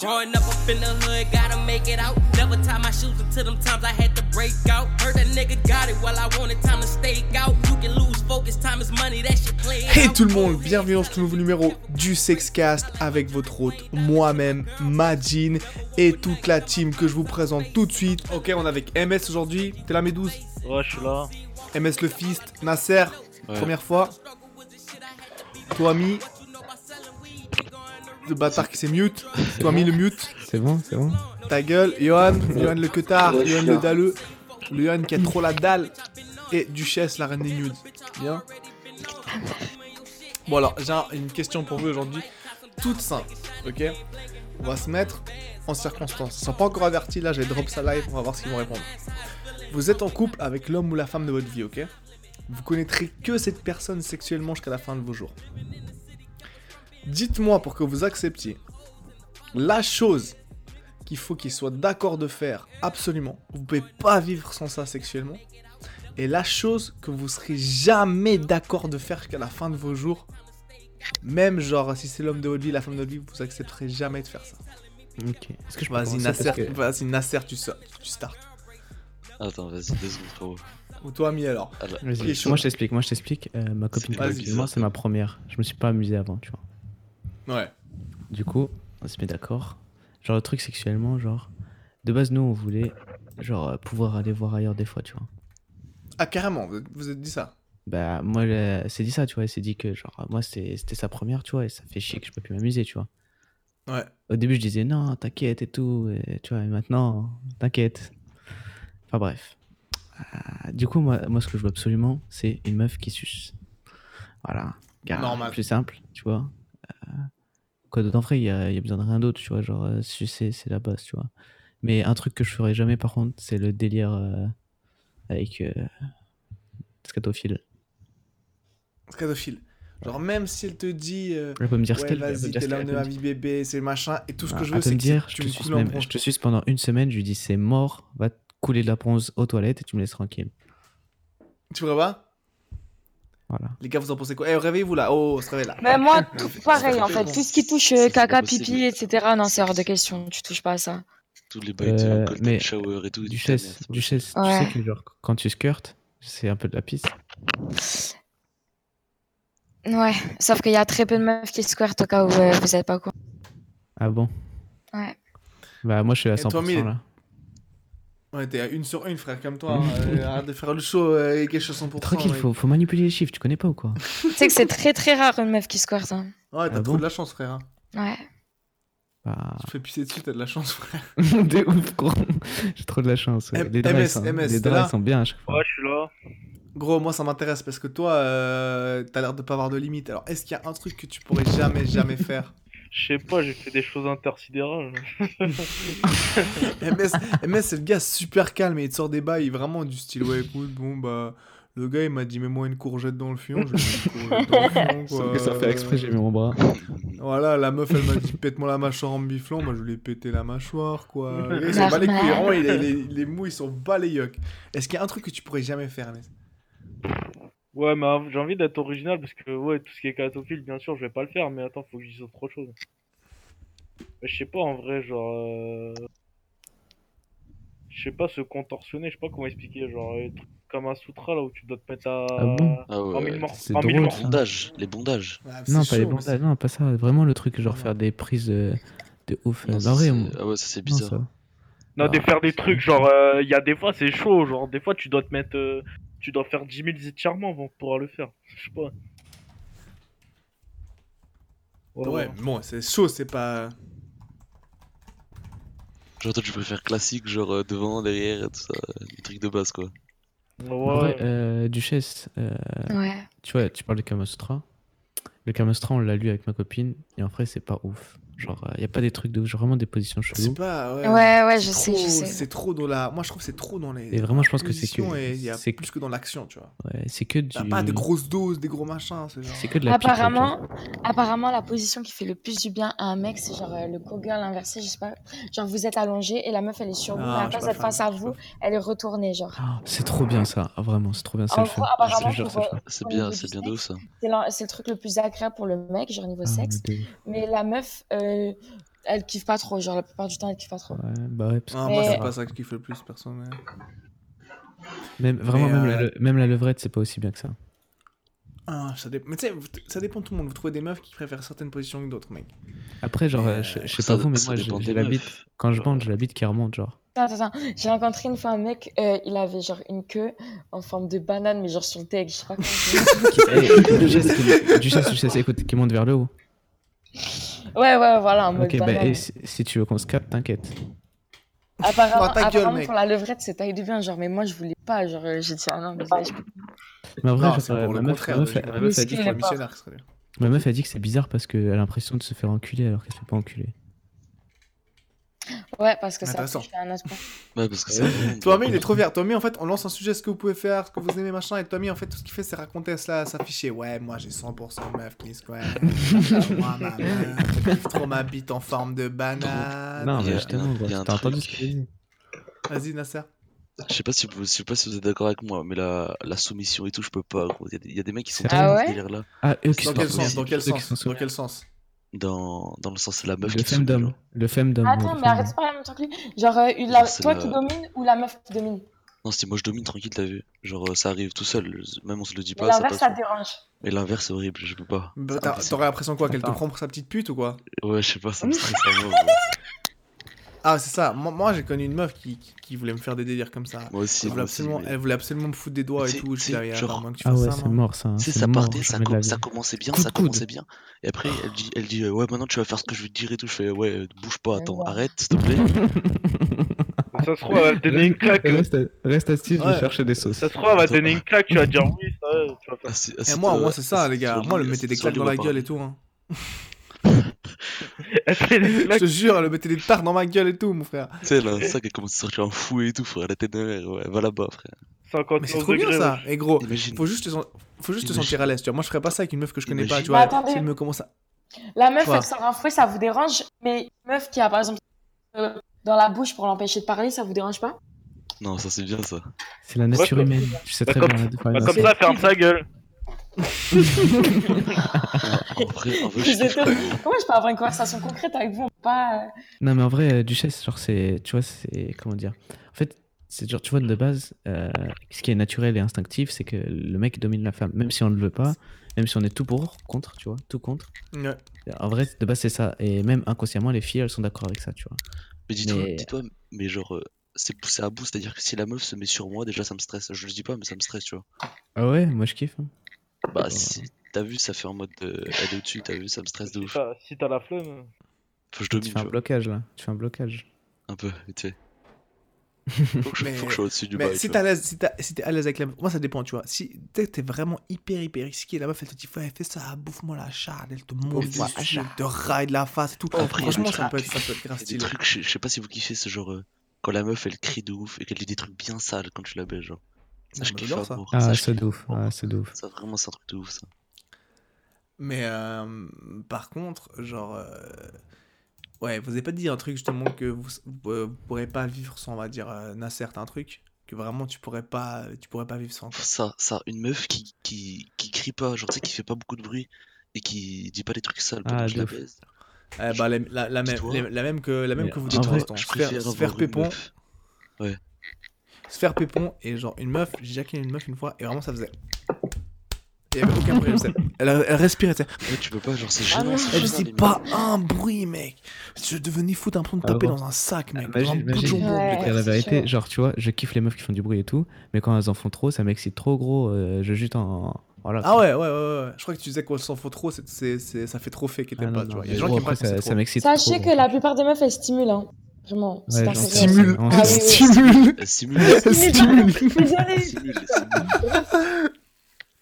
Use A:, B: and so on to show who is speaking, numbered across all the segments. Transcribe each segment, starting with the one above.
A: Growing up up in the hood, gotta make it out. Never tie my shoes until them times I had to break out. Heard that nigga got it while I wanted time to stake out. You can lose focus, time is money, that shit play.
B: Hey tout le monde, bienvenue dans ce tout nouveau numéro du Sexcast avec votre hôte, moi-même, Majin et toute la team que je vous présente tout de suite. Ok, on est avec MS aujourd'hui, t'es là mes 12
C: Ouais, je suis là.
B: MS le Fist, Nasser,
D: Ouais.
B: première fois. Toi, ami. Le bâtard qui s'est mute. Toi, ami, le mute.
D: C'est bon, c'est bon.
B: Ta gueule, Johan, Johan le queutard, Johan le dalleux, le Johan qui a trop la dalle, et Duchesse, la reine des nudes. Bien Bon alors, j'ai un- une question pour vous aujourd'hui, toute simple, ok On va se mettre en circonstance. Ils sont pas encore avertis, là, je vais drop ça live, on va voir ce qu'ils vont répondre. Vous êtes en couple avec l'homme ou la femme de votre vie, ok Vous connaîtrez que cette personne sexuellement jusqu'à la fin de vos jours. Dites-moi pour que vous acceptiez la chose qu'il faut qu'il soit d'accord de faire, absolument. Vous pouvez pas vivre sans ça sexuellement. Et la chose que vous serez jamais d'accord de faire jusqu'à la fin de vos jours, même genre si c'est l'homme de votre vie, la femme de votre vie, vous accepterez jamais de faire ça.
D: Ok. Est-ce que je peux
B: Vas-y
D: commencer
B: Nasser,
D: parce que-
B: vas-y Nasser, tu sors, tu starts.
E: Attends, vas-y, deux secondes, frérot.
B: Ou toi ami alors.
E: Alors,
D: Vas-y,
B: Il est chaud.
D: Moi je t'explique, moi je t'explique. Euh, ma copine,
E: C'est pas
D: avec
E: bizarre.
D: moi c'est ma première. Je me suis pas amusé avant, tu vois.
E: Euh.
B: Ouais.
D: Du coup, on se met d'accord. Genre le truc sexuellement, genre. De base, nous on voulait, genre, euh, pouvoir aller voir ailleurs des fois, tu vois.
B: Ah carrément, vous êtes- vous êtes dit ça.
D: Bah, moi, elle, euh, elle s'est dit ça, tu vois. Elle s'est dit que, genre, moi c'était c'était sa première, tu vois, et ça fait chier que je peux plus m'amuser, tu vois.
B: Ouais.
D: Au début, je disais non, t'inquiète et tout, et tu vois, et maintenant, t'inquiète. Enfin bref. Ah, du coup, moi, moi, ce que je veux absolument, c'est une meuf qui suce. Voilà. Car
B: Normal.
D: Plus simple, tu vois. Euh, quoi d'autre en vrai, il y, a il y a besoin de rien d'autre, tu vois. Genre, euh, sucer, c'est la base, tu vois. Mais un truc que je ferai jamais, par contre, c'est le délire euh, avec euh, scatophile.
B: Scadophile. Genre même si elle te dit euh,
D: Elle peut me dire ce
B: ouais
D: qu'elle veut, elle peut
B: vas-y
D: me dire
B: t'es
D: ce qu'elle
B: l'homme de
D: veut.
B: ma vie bébé, c'est machin et tout ce que
D: Ah,
B: je
D: à
B: veux
D: te
B: c'est
D: me
B: que
D: dire,
B: tu
D: je
B: me
D: te,
B: coules
D: suce
B: en
D: même-
B: bronze.
D: je te suce pendant une semaine, je lui dis c'est mort, va te couler de la bronze aux toilettes et tu me laisses tranquille.
B: Tu vois pas
D: Voilà.
B: Les gars, vous en pensez quoi Eh, réveillez-vous là. Oh, on se réveille là.
F: Mais moi, tout pareil en fait.
B: Bon.
F: Tout ce qui touche
E: C'est
F: euh,
E: pas
F: caca,
E: possible.
F: pipi, etc. Non, c'est hors de question. Tu touches pas à ça.
E: tous les bails de
D: Euh,
E: l'alcool,
D: mais-
E: mais... shower et tout.
D: Duchesse,
E: putain, merde.
D: Duchesse
F: Ouais.
D: tu sais que genre, quand tu skirtes, c'est un peu de la pisse.
F: Ouais. Sauf qu'il y a très peu de meufs qui squirtent au cas où euh, vous êtes pas quoi.
D: Ah bon
F: Ouais.
D: Bah moi je suis à
B: Et toi,
D: 100%
B: Mille
D: là.
B: Ouais, t'es à une sur une, frère, comme toi. hein. Euh, Arrête de faire le show euh, et quelque chose 100%.
D: Tranquille,
B: ouais.
D: faut, faut manipuler les chiffres, tu connais pas ou quoi
F: tu sais que c'est très très rare une meuf qui squirte. hein.
B: Ouais, t'as
D: Ah
B: trop
D: bon
B: de la chance, frère. hein.
F: Ouais.
D: Bah...
B: Tu te fais pisser dessus, t'as de la chance, frère.
D: de ouf gros, j'ai trop de la chance. ouais.
B: M-
D: Les draps, ils
B: MS,
D: sont,
B: MS,
D: les
B: t'es
D: draps,
B: là
D: ils sont bien à chaque fois.
C: Ouais, je suis là.
B: Gros, moi, ça m'intéresse parce que toi, euh, t'as l'air de pas avoir de limite. Alors, est-ce qu'il y a un truc que tu pourrais jamais, jamais faire
C: Je sais pas, j'ai fait des choses intersidérales.
B: MS, MS c'est le gars super calme et il te sort des bails vraiment du style ouais écoute bon bah le gars il m'a dit mets-moi une courgette dans le fion je lui ai dit, Une courgette dans le fion,
D: Sauf
B: quoi.
D: que ça fait exprès, j'ai mis mon bras.
B: Voilà, la meuf, elle m'a dit pète-moi la mâchoire en me biflant. Moi, je lui ai pété la mâchoire, quoi. Le gars, il s'en bat les couilles. Vraiment, il a- il est- les mous, ils sont bat les yocs. Est-ce qu'il y a un truc que tu pourrais jamais faire, mec
C: Ouais, mais av- j'ai envie d'être original parce que, ouais, tout ce qui est catophile, bien sûr, je vais pas le faire, mais attends, faut que je dise autre chose. Mais Je sais pas, en vrai, genre. euh, Je sais pas, se contorsionner, je sais pas comment expliquer, genre, euh, truc comme un sutra là où tu dois te mettre à.
D: Ah bon
E: Ah ouais,
C: en mille
E: ouais.
C: morceaux.
D: c'est
C: En mille
D: drôle,
E: les
C: morceaux.
D: ça.
E: bondages, les bondages.
B: Ah,
D: Non, pas les bandages, non, pas ça. Vraiment le truc, genre faire des prises euh, de ouf.
E: Non,
D: euh,
E: ça,
D: en vrai,
E: c'est-
D: on-
E: Ah ouais, ça c'est
D: non, ça
E: bizarre.
D: va.
C: Non, de
D: Ah,
C: faire des
D: c'est-
C: trucs, genre, euh, il y a des fois, c'est chaud, genre, des fois, tu dois te mettre. euh, Tu dois faire 10 000 étirements avant de pouvoir le faire. Je sais pas. Ouais,
B: Ouais, mais bon, c'est chaud, c'est pas.
E: Genre, toi, tu préfères classique, genre euh, devant, derrière, tout ça. euh, Des trucs de base, quoi.
C: Ouais,
D: En vrai,
C: ouais.
D: euh, Duchesse, euh,
F: Ouais.
D: tu vois, tu parles de Kamostra. Le Kamostra, on l'a lu avec ma copine, et en vrai, c'est pas ouf. Genre, il y a pas des trucs de ouf, genre vraiment des positions
B: C'est
D: cheloues.
B: pas. Ouais,
F: Ouais, ouais,
B: C'est
F: je sais,
B: trop-
F: je sais.
B: C'est trop dans la. Moi, je trouve que c'est trop dans les.
D: Et vraiment, je pense que c'est que.
B: positions et il y a
D: C'est
B: plus que dans l'action, tu vois.
D: ouais, c'est que du.
B: T'as pas des grosses doses, des gros machins, c'est genre.
D: C'est que de la pipe,
F: Apparemment, apparemment, la position qui fait le plus du bien à un mec, c'est genre euh, le cogurl inversé, je sais pas. Genre vous êtes allongé et la meuf elle est sur vous,
B: Non,
F: mais
B: Ah, je suis pas
F: après vous êtes
B: fan,
F: face
B: je
F: à
B: suis
F: vous, elle est retournée, genre.
D: ok. Ah, c'est trop bien ça, Ah, vraiment, c'est trop bien, ça
F: En
D: le fait.
F: gros, apparemment,
D: je te jure,
F: pour, euh,
D: ça le fait.
E: C'est
F: Au
E: bien,
F: niveau
E: c'est
F: du
E: bien de ouf, ça.
F: C'est l'en- c'est le truc le plus agréable pour le mec, genre niveau
D: Ah,
F: sexe.
D: mais de ouf.
F: Mais la meuf, euh, elle kiffe pas trop, genre la plupart du temps elle kiffe pas trop.
D: Ouais, bah ouais, parce-
B: Ah, Moi,
F: Mais-
B: c'est pas ça que je kiffe le plus, perso. Mais...
D: même, vraiment,
B: Mais,
D: même,
B: euh,
D: la, le- même la levrette, c'est pas aussi bien que ça.
B: Ah, ça dépend. Mais tu sais, vous- ça dépend de tout le monde. Vous trouvez des meufs qui préfèrent certaines positions que d'autres, mec.
D: Après, genre,
B: Mais,
D: euh, je, je sais
E: ça-
D: pas vous, mais
E: ça
D: moi, j'ai
E: dépend
D: j'ai
E: des
D: la
E: meufs.
D: bite. Quand je bande, j'ai la bite qui remonte, genre.
F: Attends, attends, attends. j'ai rencontré une fois un mec, euh, il avait genre une queue en forme de banane, mais genre sur le deck, je sais pas comment dire.
D: Eh, du geste, qui- du geste, du geste, écoute, qui monte vers le haut.
F: Ouais, ouais, voilà, en mode
D: Ok, bah,
F: banane.
D: eh, si, si tu veux qu'on se capte, t'inquiète.
F: Apparemment,
B: Bon, ta gueule,
F: apparemment,
B: mec.
F: pour la levrette, c'est taille de bien, genre, mais moi je voulais pas, genre, euh, j'ai dit ah non, mais ça, je peux
D: Mais en vrai,
B: Non,
D: genre,
B: c'est
D: euh,
B: pour
D: ma
B: le
D: meuf-
B: contraire.
D: ma meuf,
B: logiquement.
D: elle- ma meuf, elle
F: Est-ce
D: dit-
F: qu'il
B: Pour
F: est
B: les
F: pas-
B: missionnaires, ce serait bien.
D: ma meuf a dit que c'est bizarre parce qu'elle a l'impression de se faire enculer alors qu'elle se fait pas enculer.
F: pas. Ouais, parce que
B: Mais
F: ça
B: attends.
F: touche à un aspect.
E: Ouais, parce que
D: Euh,
E: c'est. vraiment-
B: Tommy, il est trop fier. Tommy, en fait, on lance un sujet, ce que vous pouvez faire, ce que vous aimez, machin. Et Tommy, en fait, tout ce qu'il fait, c'est raconter à cela, à s'afficher. Ouais, moi, j'ai 100% de meuf qui square. moi, ma meuf, elle kiffe trop ma bite en forme de banane.
D: non,
E: il y
D: mais
E: a
D: justement,
E: un-
D: gros,
E: il y a un
D: t'as entendu ce
E: truc.
D: qu'elle a dit
B: Vas-y, Nasser.
E: Je sais pas si vous, je sais pas si vous êtes d'accord avec moi, mais la, la soumission et tout, je peux pas, gros. Il y a des- il y, a des mecs qui sont
D: Ah
E: trop dans
F: ouais
E: ce délire-là.
D: Ah, eux
E: Dans
D: qui sont
B: Dans quel
E: pas
B: sens
E: possible.
B: Dans quel
D: Ceux qui sont
B: sens
D: sous-
B: Dans quel sens
E: Dans, dans le sens, c'est la meuf
D: Le
E: qui te soumet,
D: femdom.
E: genre.
D: Le femdom.
F: Attends,
D: le
F: mais arrête
D: femdom.
F: de parler en même temps que lui. Genre, euh, la-
E: Non, c'est
F: toi
E: la-
F: qui domines ou la meuf qui domine
E: Non, si moi je domine tranquille, t'as vu. Genre, euh, ça arrive tout seul. Même on se le dit
F: Mais
E: pas, ça
F: l'inverse,
E: passe. hein.
F: ça te dérange.
E: Et l'inverse, c'est horrible, je peux pas.
B: Bah,
E: C'est
B: t'as-
E: impossible.
B: T'aurais l'impression quoi Qu'elle te
D: Attends.
B: prend pour sa petite pute ou quoi
E: Ouais, je sais pas, ça me stresse à mort, gros.
B: Ah, c'est ça. Moi, moi, j'ai connu une meuf qui, qui, qui voulait me faire des délires comme ça.
E: Moi aussi,
B: Elle voulait
E: moi aussi.
B: absolument,
E: mais-
B: elle voulait absolument me foutre des doigts et
E: C'est-
B: tout. Je suis
E: c'est
B: derrière.
E: genre-
B: Genre... que tu
D: Ah
B: fasses
D: ouais,
B: ça,
D: c'est
B: moi.
D: mort ça. hein,
E: Tu sais,
D: c'est
E: ça
D: mort,
E: partait, ça,
D: jamais de la
E: com-
D: vie.
E: ça commençait bien,
D: Coup de
E: ça
D: coude.
E: commençait bien. Et après, elle dit, elle dit euh, ouais, maintenant tu vas faire ce que je vais te dire et tout. Je fais, ouais, euh, bouge pas,
F: Ouais,
E: attends,
F: ouais.
E: arrête, s'il te plaît.
C: Ça se trouve, elle va te donner une claque. euh,
D: Reste, reste assis, je
B: Ouais.
D: vais chercher des sauces.
C: Ça se trouve, elle va
E: Attends.
C: te donner une claque, tu vas dire oui, ça, euh, tu vas
D: Ah,
C: faire.
E: Assis-
B: Et
E: assis-
B: moi,
E: euh,
B: moi, c'est ça,
E: assis
B: les gars.
E: sur
B: Moi,
E: le
B: elle me
E: lit,
B: mettait des
E: assis sur le
B: claques dans
E: lit,
B: la
E: on va
B: gueule et tout. Hein.
C: Elle te fait des
B: Je
C: claques.
B: te jure, elle me mettait des tartes dans ma gueule et tout, mon frère.
E: Tu sais, là, ça qui commence à sortir un fouet et tout, frère, la tête derrière, ouais, va là-bas, frère.
B: Mais
C: 59
B: c'est trop bien
C: degrés,
B: ça. Et gros,
E: Imagine.
B: Oh. faut juste te, sen- faut juste te
E: Imagine.
B: sentir à l'aise. Tu vois, moi, je ferais pas ça avec une meuf que je connais pas. Tu
E: Imagine.
B: vois,
F: Mais attendez.
B: si elle me commence à.
F: La meuf,
B: Quoi
F: elle sort un fouet, ça vous dérange. Mais une meuf qui a par exemple euh, dans la bouche pour l'empêcher de parler, ça vous dérange pas
E: Non, ça c'est bien ça.
D: C'est la nature
C: comme-
D: humaine. Tu sais
C: bah,
D: très
C: comme-
D: bien. de faire
C: Bah,
D: une
C: comme ça, ferme ta gueule.
E: En vrai, en vrai, je
F: Vous êtes-
E: kiffe quand même.
F: Comment je peux avoir une conversation concrète avec vous Pas. euh,
D: Non, mais en vrai, euh, Duchesse, genre, c'est. Tu vois, c'est. Comment dire En fait, c'est genre, tu vois, de base, euh, ce qui est naturel et instinctif, c'est que le mec domine la femme, même si on ne le veut pas, même si on est tout pour, contre, tu vois, tout contre.
B: Ouais.
D: En vrai, de base, c'est ça. Et même inconsciemment, les filles, elles sont d'accord avec ça, tu vois.
E: Mais dis-toi,
D: Mais-
E: dis-toi, mais genre, euh, c'est poussé à bout, c'est-à-dire que si la meuf se met sur moi, déjà ça me stresse. Je le dis pas, mais ça me stresse, tu vois.
D: Ah ouais, moi, je kiffe. hein.
E: Bah, si t'as vu, ça fait en mode euh, elle est au-dessus, t'as vu, ça me stresse de
C: Si
E: ouf.
C: t'as- Si t'as la flemme.
E: Faut que je
D: Tu
E: domine,
D: fais un
E: tu vois,
D: blocage, là. Tu fais un blocage.
E: un peu, tu sais. Faut que je,
B: Mais-
E: faut que je sois au-dessus du
B: Mais
E: bail.
B: si
E: tu
B: t'es à
E: vois.
B: l'aise, si t'as- si t'es à l'aise avec la meuf, moi ça dépend, tu vois. Si t'es t'es vraiment hyper hyper risqué, la meuf elle te dit ouais fais ça, bouffe-moi la charde, elle te monte,
E: Bouffe-moi Oh,
B: dessus, elle te raille de la face et tout.
E: Après, il y a
B: Franchement
E: des
B: ça peut être
E: trucs-
B: ça peut être grave
E: il y a des
B: stylé.
E: trucs, je je sais pas si vous kiffez ce genre. euh, Quand la meuf elle crie de ouf et qu'elle dit des trucs bien sales quand tu la baises, genre. Ça,
B: Non,
E: je
B: mais
E: kiffe
B: j'adore
E: à
B: ça.
E: mort, ça,
D: Ah,
E: je
D: c'est
E: kiffe
D: de ouf.
E: à mort.
D: Ah, c'est de ouf.
E: Ça, vraiment, c'est un truc de ouf, ça.
B: Mais euh, par contre, genre euh, ouais, vous avez pas dit un truc justement que vous, vous, euh, vous pourrez pas vivre sans, on va dire euh, Nasser, t'as un truc que vraiment tu pourrais pas tu pourrais pas vivre sans. quoi.
E: Ça, ça, une meuf qui, qui, qui crie pas, genre, tu sais, qui fait pas beaucoup de bruit et qui dit pas des trucs sales pendant
D: Ah,
E: que je la
D: de ouf.
E: baise.
B: Eh bah la, la- la même
E: Dis-toi.
B: la, la même que la même
D: Mais
B: que vous
D: en
B: dites
D: vrai,
B: Constant.
E: Je
B: se faire,
E: préfère
B: se
E: avoir
B: faire
E: une
B: pépon.
E: meuf-
B: se faire pépon et genre une meuf, j'ai jacké une meuf une fois et vraiment ça faisait. Il y avait aucun problème, c'est- elle, elle respirait, tu sais.
E: Ouais, tu peux pas, genre, c'est
F: Ah
E: gênant.
F: non,
E: c'est
B: elle
E: gênant,
B: faisait
E: les mecs.
B: pas un bruit, mec. Je devenais fou d'un point de
D: Ah
B: taper
D: bon
B: dans un sac, mec. dans un
D: Imagine,
B: bout de
D: imagine,
B: jambon,
D: je
F: Ouais.
B: mec.
D: vais te dire la
F: c'est
D: vérité,
F: sûr.
D: genre tu vois, je kiffe les meufs qui font du bruit et tout, mais quand elles en font trop, ça m'excite trop gros, euh, je jute en... oh Voilà.
B: Ah ouais, ouais, ouais, ouais. Je crois que tu disais qu'on s'en fout trop, c'est, c'est, c'est- ça fait trop fait qui
D: Ah
B: t'aiment
D: non,
B: pas,
D: non,
B: tu vois. Il y a
D: mais
B: des gens
D: gros,
B: qui aiment pas
D: après,
B: quand c'est
D: ça,
B: trop.
D: ça m'excite
F: Sachez
D: trop,
F: que
D: gros.
F: la plupart des meufs, elles stimulent. hein. Vraiment.
D: Ouais,
F: c'est
D: genre,
F: intéressant.
B: stimule.
D: on-
F: Ah oui, oui.
B: Stimule
E: Elle stimule, elle
F: Stimule.
E: stimule,
F: Désolée.
E: elle stimule.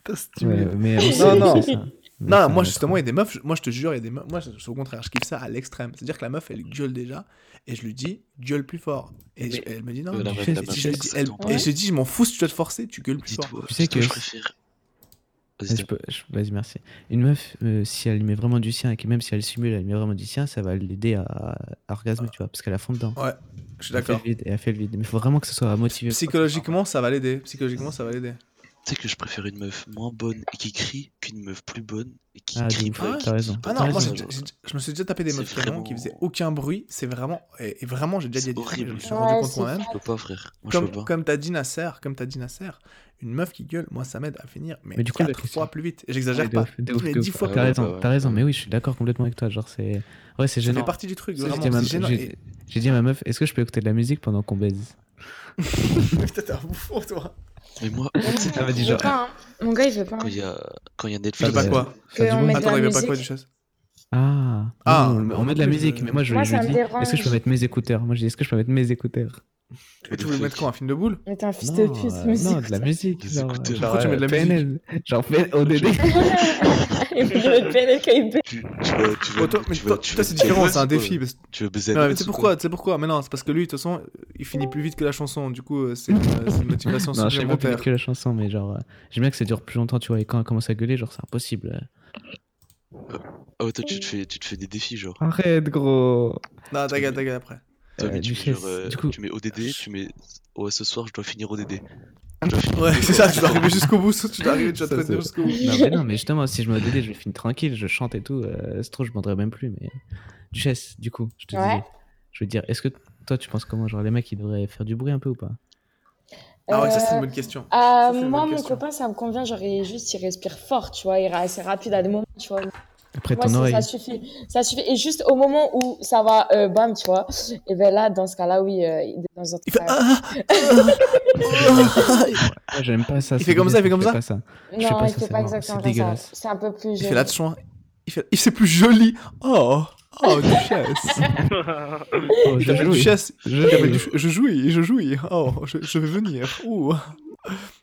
B: T'as
D: Ouais,
B: stimulé.
D: mais on
B: Non,
D: sait,
B: non.
D: c'est ça. Mais
B: Non,
D: ça
B: moi
D: m'énerve
B: justement, il y a des meufs, je- moi je te jure, il y a des meufs, moi je- je- au contraire, je kiffe ça à l'extrême. C'est-à-dire que la meuf, elle gueule déjà, et je lui dis, gueule plus fort. Et je- elle me dit, non,
E: Euh, la
D: tu
E: meuf,
D: fais-
E: la
B: Et
E: meuf,
B: si je
E: elle
B: dis,
E: accepte
B: elle-
E: ton
B: et
E: pas.
B: je dis, je m'en fous si tu dois te forcer, tu gueules plus fort.
E: Dis-toi,
D: Tu sais
E: dis-toi,
D: que-
E: je préfère. Vas-y,
D: trop. Vas-y, je peux- je- Vas-y, merci. Une meuf, euh, si elle met vraiment du sien, et que même si elle simule, elle met vraiment du sien, ça va l'aider à, à orgasmer, tu vois, parce qu'elle a fond dedans.
B: Ah. Ouais, je suis
D: Elle fait
B: d'accord.
D: le vide, et elle fait le vide. Mais il faut vraiment que ce soit motivé.
B: Psychologiquement, ça va l'aider. Psychologiquement, ça va l'aider.
E: Tu sais que je préfère une meuf moins bonne et qui crie qu'une meuf plus bonne et qui
D: Ah, de
E: crie
D: ouf,
E: pas. et
B: ouais,
E: qui
D: t'as
E: dit
D: raison.
E: pas
B: Ah
E: t'as
B: non, moi
E: raison.
B: j'ai- j'ai- je me suis déjà tapé des
E: C'est
B: meufs vraiment... qui
E: vraiment-
B: faisaient aucun bruit. C'est vraiment. Et, et vraiment, j'ai déjà dit
E: C'est
B: à des filles, je me
E: horrible.
B: suis rendu
F: Ouais,
B: compte
F: c'est
B: moi-même.
E: Je peux pas, frère. Moi, je peux
B: Comme,
E: pas.
B: comme t'as dit Nasser, comme t'as dit Nasser, une meuf qui gueule, moi ça m'aide à finir, mais,
D: Mais du coup,
B: quatre
D: la question-
B: fois plus vite. Et J'exagère
D: Ouais, de
B: pas, Ah
D: ouf, de ouf,
B: mais
D: de
B: dix
D: ouf.
B: fois
E: Ouais,
B: plus
D: T'as
E: Ah ouais,
B: vite.
E: ouais,
D: raison,
E: ouais.
D: t'as raison, mais oui, je suis d'accord complètement avec toi. Genre, c'est. Ouais, c'est
B: Ça fait
D: gênant.
B: partie du truc,
D: C'est
B: vraiment,
D: gênant.
B: c'est gênant.
D: J'ai-
B: Et-
D: J'ai dit à ma meuf, est-ce que je peux écouter de la musique pendant qu'on baise
B: Putain, t'es un bouffon, toi.
E: Mais moi,
F: Ouais,
E: c'est
D: Ah,
E: quand
D: vas-y,
F: Il
D: genre-
F: veut pas, hein. Mon gars, il veut pas.
E: il y
F: hein.
E: a quand il y a
B: Tu veux
E: Netflix.
B: pas
D: c'est-
B: quoi
D: Ça
F: Qu'on
D: dit-
F: mette de
B: Attends,
F: la
B: il veut pas quoi,
F: musique.
B: Duchesse
D: Ah,
B: Ah,
D: non, non, on met- on met de la
B: moi non plus,
D: musique,
B: je-
D: mais moi je
F: Moi,
D: je
F: ça
D: lui
F: me
D: dis, est-ce que je peux
F: dérange.
D: mettre mes écouteurs Moi je dis, est-ce que je peux mettre mes écouteurs
B: Et tu voulais mettre quoi, un film de boule
F: Mais t'es un fils
D: non,
F: de pute,
D: euh,
F: musique.
D: non, de la musique.
E: Des
D: Genre,
E: écouteurs.
D: genre,
B: Pourquoi tu mets de la
D: euh, PNL, Genre fais ODD.
F: Il veut le pelle et qu'il
E: Tu, tu vas, tu vas,
B: Oh, toi, mais
E: tu vas-
B: toi, toi,
E: tu vas
B: c'est
E: baiser
B: différent,
E: ou
B: c'est un
E: quoi
B: défi. parce-
E: Tu veux baiser
B: Non, mais
E: Agnès
B: tu sais
E: ou
B: pourquoi, tu sais pourquoi Mais non, c'est parce que lui, de toute façon, il finit plus vite que la chanson. Du coup, euh, c'est une, c'est une motivation
D: Non, je sais pas plus
B: supplémentaire.
D: que la chanson, mais genre, euh, j'aime bien que ça dure plus longtemps, tu vois. Et quand elle commence à gueuler, genre, c'est impossible.
E: Ah ouais, toi, tu te fais, tu te fais des défis, genre.
D: Arrête, gros.
B: Non, t'inquiète, t'inquiète après.
E: Toi, mais
D: Euh,
E: tu, mets
D: Duchesse,
E: genre, euh,
D: du coup-
E: tu mets
B: Ah,
E: ODD, tu mets. Ouais, ce soir, je dois finir ODD. Je dois finir
B: Ouais,
E: ODD,
B: c'est
E: quoi.
B: ça, tu dois arriver jusqu'au bout. Tu dois arriver, tu dois te
D: Ça,
B: retenir
D: c'est-
B: jusqu'au bout.
D: Non, mais Bah non, mais justement, si je me ODD, je finis tranquille, je chante et tout. Euh, c'est trop, je m'endrais même plus. Mais Duchesse, du coup, je te
F: Ouais.
D: dis, je veux dire, est-ce que toi, tu penses comment Genre, les mecs, ils devraient faire du bruit un peu ou pas
B: Ah ouais, ça, c'est
F: Euh,
B: une bonne question.
F: Euh,
B: Ça, c'est une
F: moi,
B: bonne
F: mon
B: question.
F: copain, ça me convient. Genre, il- juste, il respire fort, tu vois. Il est assez rapide à des moments, tu vois.
D: Après
F: Moi,
D: ton
F: ça-
D: oreille.
F: ça suffit. Ça suffit. Et juste au moment où ça va, euh, bam, tu vois. Et ben là, dans ce cas-là, oui, euh, dans un autre
B: Il fait
F: cas-
B: ah, ah, ah.
D: Moi, j'aime pas ça.
B: Il
D: c'est
B: fait comme ça, il fait
D: dégueulasse,
B: comme
D: on
B: ça
D: pas ça. je sais
F: Non,
D: pas,
F: il
D: ça,
F: fait
D: c'est
F: pas
D: marrant, c'est
F: exactement ça.
D: dégueulasse.
F: C'est un peu plus.
B: Il fait
F: jeune.
B: la chouin. Il fait, il c'est plus joli. Oh, oh, duchesse.
D: Oh,
B: Il
D: je
B: t'appelle
D: joue.
B: duchesse.
D: Je
B: Il t'appelle
D: joue.
B: du- Je jouis, je jouis. Oh, je, je vais venir. Ouh.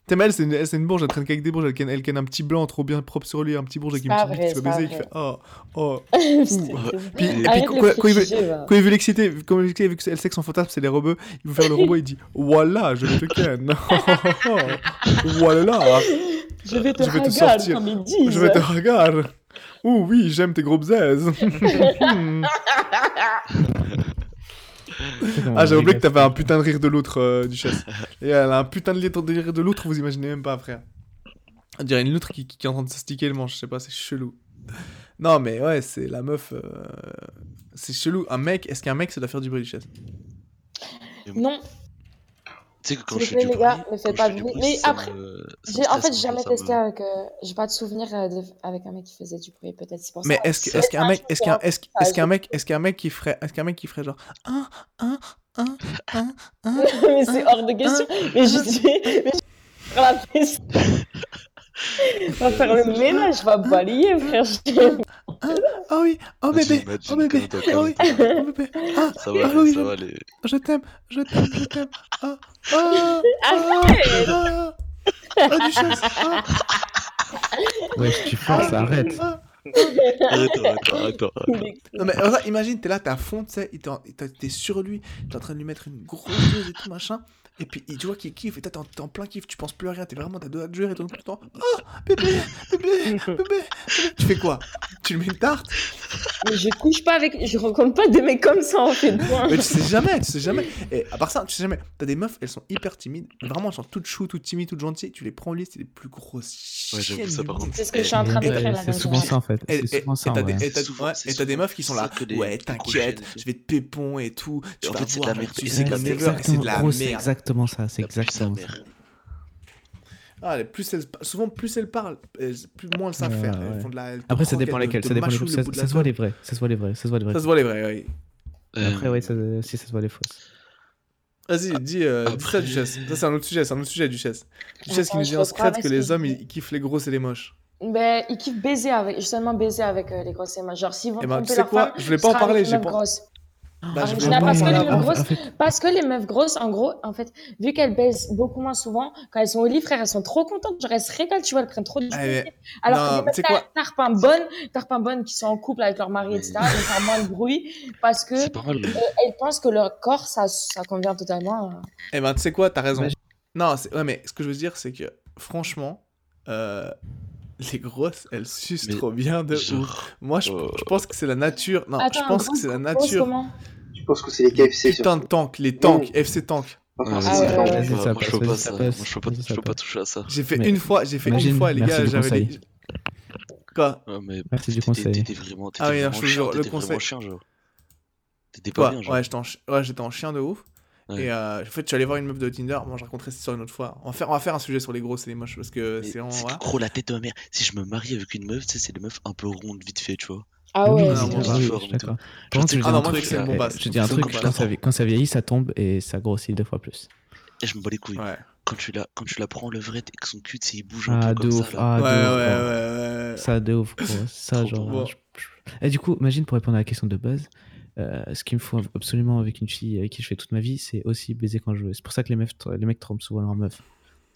B: T'es mal, c'est une, c'est une bourge, elle traîne qu'avec des bourges, elle ken, elle ken un petit blanc trop bien propre sur lui, un petit bourge avec
F: C'est
B: une
F: pas
B: petite bite qui
F: vrai,
B: se fait
F: c'est pas
B: baiser, qui
F: vrai.
B: fait oh, oh.
F: C'était fou.
B: Puis, et puis
F: Arrête
B: quand,
F: le
B: quand- quand il veut,
F: préjugé, va.
B: quand il veut l'exciter, quand il veut l'exciter, vu que elle sait que son fantasme c'est les robots, il veut faire le robot, il dit voilà, je vais te ken. voilà.
F: Je vais te
B: Je vais te
F: regarder
B: sortir.
F: comme ils disent.
B: Je vais te regarder. Oh oui, j'aime tes groupes aises. ah, j'ai oublié que t'avais un putain de rire de l'autre, euh, Duchesse. Et elle a un putain de rire de rire de l'autre, vous imaginez même pas, frère. On dirait une autre qui, qui, qui est en train de se sticker le manche, je sais pas, c'est chelou. Non, mais ouais, c'est la meuf. euh, C'est chelou. Un mec, est-ce qu'un mec, ça doit faire du bruit, Duchesse
F: Non,
E: Tu sais que quand
F: S'il
E: je
F: vous
E: fais du
F: plaît, les
E: bruit,
F: gars, ne faites
E: quand je
F: pas
E: fais du
F: de bruit.
E: bruit,
F: Mais
E: ça
F: après,
E: me- ça me
F: j'ai- en
E: stresse,
F: fait, j'ai jamais
E: ça me-
F: testé avec. euh, J'ai pas de souvenir euh, de- avec un mec qui faisait du bruit, peut-être. C'est pour ça.
B: Mais est-ce que- est-ce qu'un mec, est-ce qu'un est-ce est-ce qu'un mec, est-ce qu'un mec qui ferait, est-ce qu'un mec qui ferait genre un, un, un, un, un,
F: mais c'est hors de question. Mais je suis. Mais je suis la peste. Va faire le ménage, va balayer, frère. Je-
B: oh oui, oh
E: Vas-y,
B: bébé,
E: imagine
B: oh bébé,
E: quand t'as
B: oh oui,
E: quarante ans.
B: oh bébé, ah,
E: Ça va,
B: ah oui, je-
E: ça va, les...
B: Je t'aime, je t'aime, je t'aime. Ah, ah,
F: Arrête.
B: ah, ah, ah, duchesse, ah,
D: Ouais, tu forces, arrête.
B: ah.
E: Attends, attends, attends.
F: Il est
B: Non mais voilà, imagine, t'es là, t'es à fond, tu sais, il t'en- il t'en- t'es sur lui, t'es en train de lui mettre une grosse dose et tout machin, et puis il- tu vois qu'il kiffe, et toi t'es en, t'es en plein kiff, tu penses plus à rien, t'es vraiment, t'as deux à te gérer, et tout le temps, ah, bébé, bébé, bébé, bébé. tu fais quoi Tu lui mets une tarte
F: Mais je couche pas avec. Je rencontre pas des mecs comme ça, en fait. point.
B: Mais tu sais jamais, tu sais jamais. Et à part ça, tu sais jamais. T'as des meufs, elles sont hyper timides. Vraiment, elles sont toutes chou, toutes timides, toutes gentilles. Tu les prends au lit, c'est les plus grosses
E: Ouais, j'avoue,
B: chiennes
E: ça,
B: du
E: par
B: monde.
E: contre.
F: C'est ce que je suis en train de
B: Et-
F: faire là.
D: euh, C'est
F: dans le
D: souvent
F: chat.
D: ça en fait.
B: Et
D: C'est
B: et- et
D: souvent ça.
B: t'as
D: ouais.
B: des- et t'as-
E: Souvent,
B: ouais,
E: c'est
B: et t'as des
E: souvent-
B: meufs qui sont
E: c'est
B: là,
E: que des-
B: ouais,
E: des grosses
B: t'inquiète,
E: chiennes et tout.
B: je vais te pépon et tout.
E: Et
B: Tu
E: en
B: vas
E: fait, c'est de
B: voir,
E: la merde.
B: tu
E: Et
B: sais
E: c'est
B: que
E: de la
B: c'est
E: merde.
B: never, et c'est de la
D: gros, c'est
B: merde.
D: exactement ça. C'est
E: La puce à
D: exactement ça.
E: mère.
B: Ah, les plus elles, souvent, plus elles parlent, elles- plus moins elles savent
D: Ouais,
B: faire.
D: ouais.
B: Elles font de la, elles te
D: Après, ça
B: croquent,
D: dépend
B: elles te-
D: lesquels.
B: te
D: Ça dépend les
B: mâchouillent
D: groupes.
B: le
D: Ça,
B: bout de
D: ça
B: la
D: se voit
B: queue.
D: les vrais. Ça se voit les vrais. Ça se voit les vrais.
B: Ça se voit les vrais, oui.
D: Après,
E: Euh,
D: ouais, ça, si ça se voit les fausses.
B: Vas-y,
E: Ah.
B: dis, euh, dis ça,
E: Après-
B: Duchesse. Ça, c'est un autre sujet, c'est un autre sujet, Duchesse. Duchesse qui
F: Attends,
B: nous
F: Ah, je
B: dit en
F: reprends
B: secret
F: avec
B: que
F: ce
B: les
F: que
B: hommes,
F: je
B: ils ils kiffent les grosses et les moches.
F: Ben, ils kiffent baiser avec. Justement, baiser avec euh, les grosses et Genre, s'ils vont
B: Eh ben, tu
F: tromper
B: sais
F: leur
B: quoi
F: femme,
B: Je voulais
F: ce
B: pas en
F: sera avec
B: parler,
F: une
B: j'ai
F: meuf
B: pas-
F: grosse.
B: Bah, je
F: mais
B: vais
F: Ah, je n'ai
B: en
F: pas
B: parler
F: fait le
B: après.
F: gros-
D: En fait,
F: Parce que les meufs grosses, en gros, en fait, vu qu'elles baissent beaucoup moins souvent, quand elles sont au lit, frère, elles sont trop contentes. Genre, elles se régalent, tu vois, elles prennent trop de
B: Ah, mais-
F: plaisir.
B: non,
F: Alors,
B: mais tu
F: que
B: sais
F: des
B: quoi
F: meufs tarpins bonnes, tarpins bonnes qui sont en couple avec leur mari,
E: Mais-
F: etc., elles font moins de bruit parce que
B: Euh,
E: C'est pas mal. mais-
F: elles pensent que leur corps, ça, ça convient totalement. euh.
B: Eh ben, tu sais quoi, t'as raison.
D: Imagine-
B: Non, c'est- ouais, mais ce que je veux dire, c'est que, franchement, euh, les grosses, elles sucent
E: Mais
B: trop bien de ouf.
E: Genre,
B: Moi, je,
E: Oh.
B: je pense que c'est la nature. Non,
F: Attends,
B: je pense que
F: grosse-
B: c'est la
F: grosse
B: nature.
F: comment
G: Je pense que c'est les KFC.
B: Putain
G: surtout.
D: Oh.
B: de tank, les tanks, FC tank.
E: Ah,
F: Ah, ouais, ouais, ouais.
E: je peux
D: Ça
E: pas- moi, je peux
D: passe,
E: pas
D: ça
E: ça.
D: passe,
E: Moi, je peux pas-
D: ça
E: je peux pas
D: passe.
E: toucher à ça.
B: J'ai fait
D: Mais
B: une fois, j'ai fait une
D: imagine,
B: fois, les
D: merci
B: gars,
D: du
B: j'avais
D: conseil.
B: dit. Quoi
E: Ouais, mais
D: Merci du
E: t'étais-
D: conseil.
E: T'étais vraiment, t'étais
B: Ah oui, non,
E: vraiment
B: je te
E: chien,
B: jure, le
E: t'étais vraiment
B: conseil.
E: chien, genre. T'étais pas
B: Quoi
E: bien, genre.
B: Ouais, j'étais en, chi- ouais, j'étais en chien de ouf.
E: Ouais.
B: Et euh, en fait, je suis allé voir une meuf de Tinder. Bon, je raconterai cette histoire une autre fois. On va faire, on va faire un sujet sur les grosses et les moches parce que
E: Mais
B: c'est vraiment.
E: c'est
B: voilà.
E: gros la tête de ma mère. Si je me marie avec une meuf, tu sais, c'est des meufs un peu rondes vite fait, tu vois.
F: Ah
D: Oui,
F: ouais,
E: non,
F: c'est
D: oui,
E: bon,
F: bien.
E: ça.
D: oui,
E: fort,
D: je suis
E: mais
D: d'accord.
E: Je
D: Par
E: sais
D: contre,
E: que
B: Ah
E: j'ai
B: non,
E: un
B: moi,
E: truc,
B: dès que c'est
E: là.
B: une bombasse.
D: Je dis un
E: C'est
D: truc,
E: donc
D: quand
E: la
D: ça, quand ça vieillit, ça tombe et ça grossit deux fois plus.
E: Et je me bats les couilles.
B: Ouais,
E: Quand tu la, quand tu la prends levrette et que son cul, tu sais, il bouge un
D: Ah,
E: peu
D: de
E: comme
D: ouf.
E: ça. là.
D: Ah,
B: ouais,
D: de ouf. gros.
B: ouais, ouais, ouais.
D: Ça, de ouf, gros. Ça,
E: Trop
D: genre.
B: bon.
D: je- je- Et du coup, imagine pour répondre à la question de base, euh, ce qu'il me faut absolument avec une fille avec qui je fais toute ma vie, c'est aussi baiser quand je veux. C'est pour ça que les, meufs, les mecs trompent souvent leur meuf.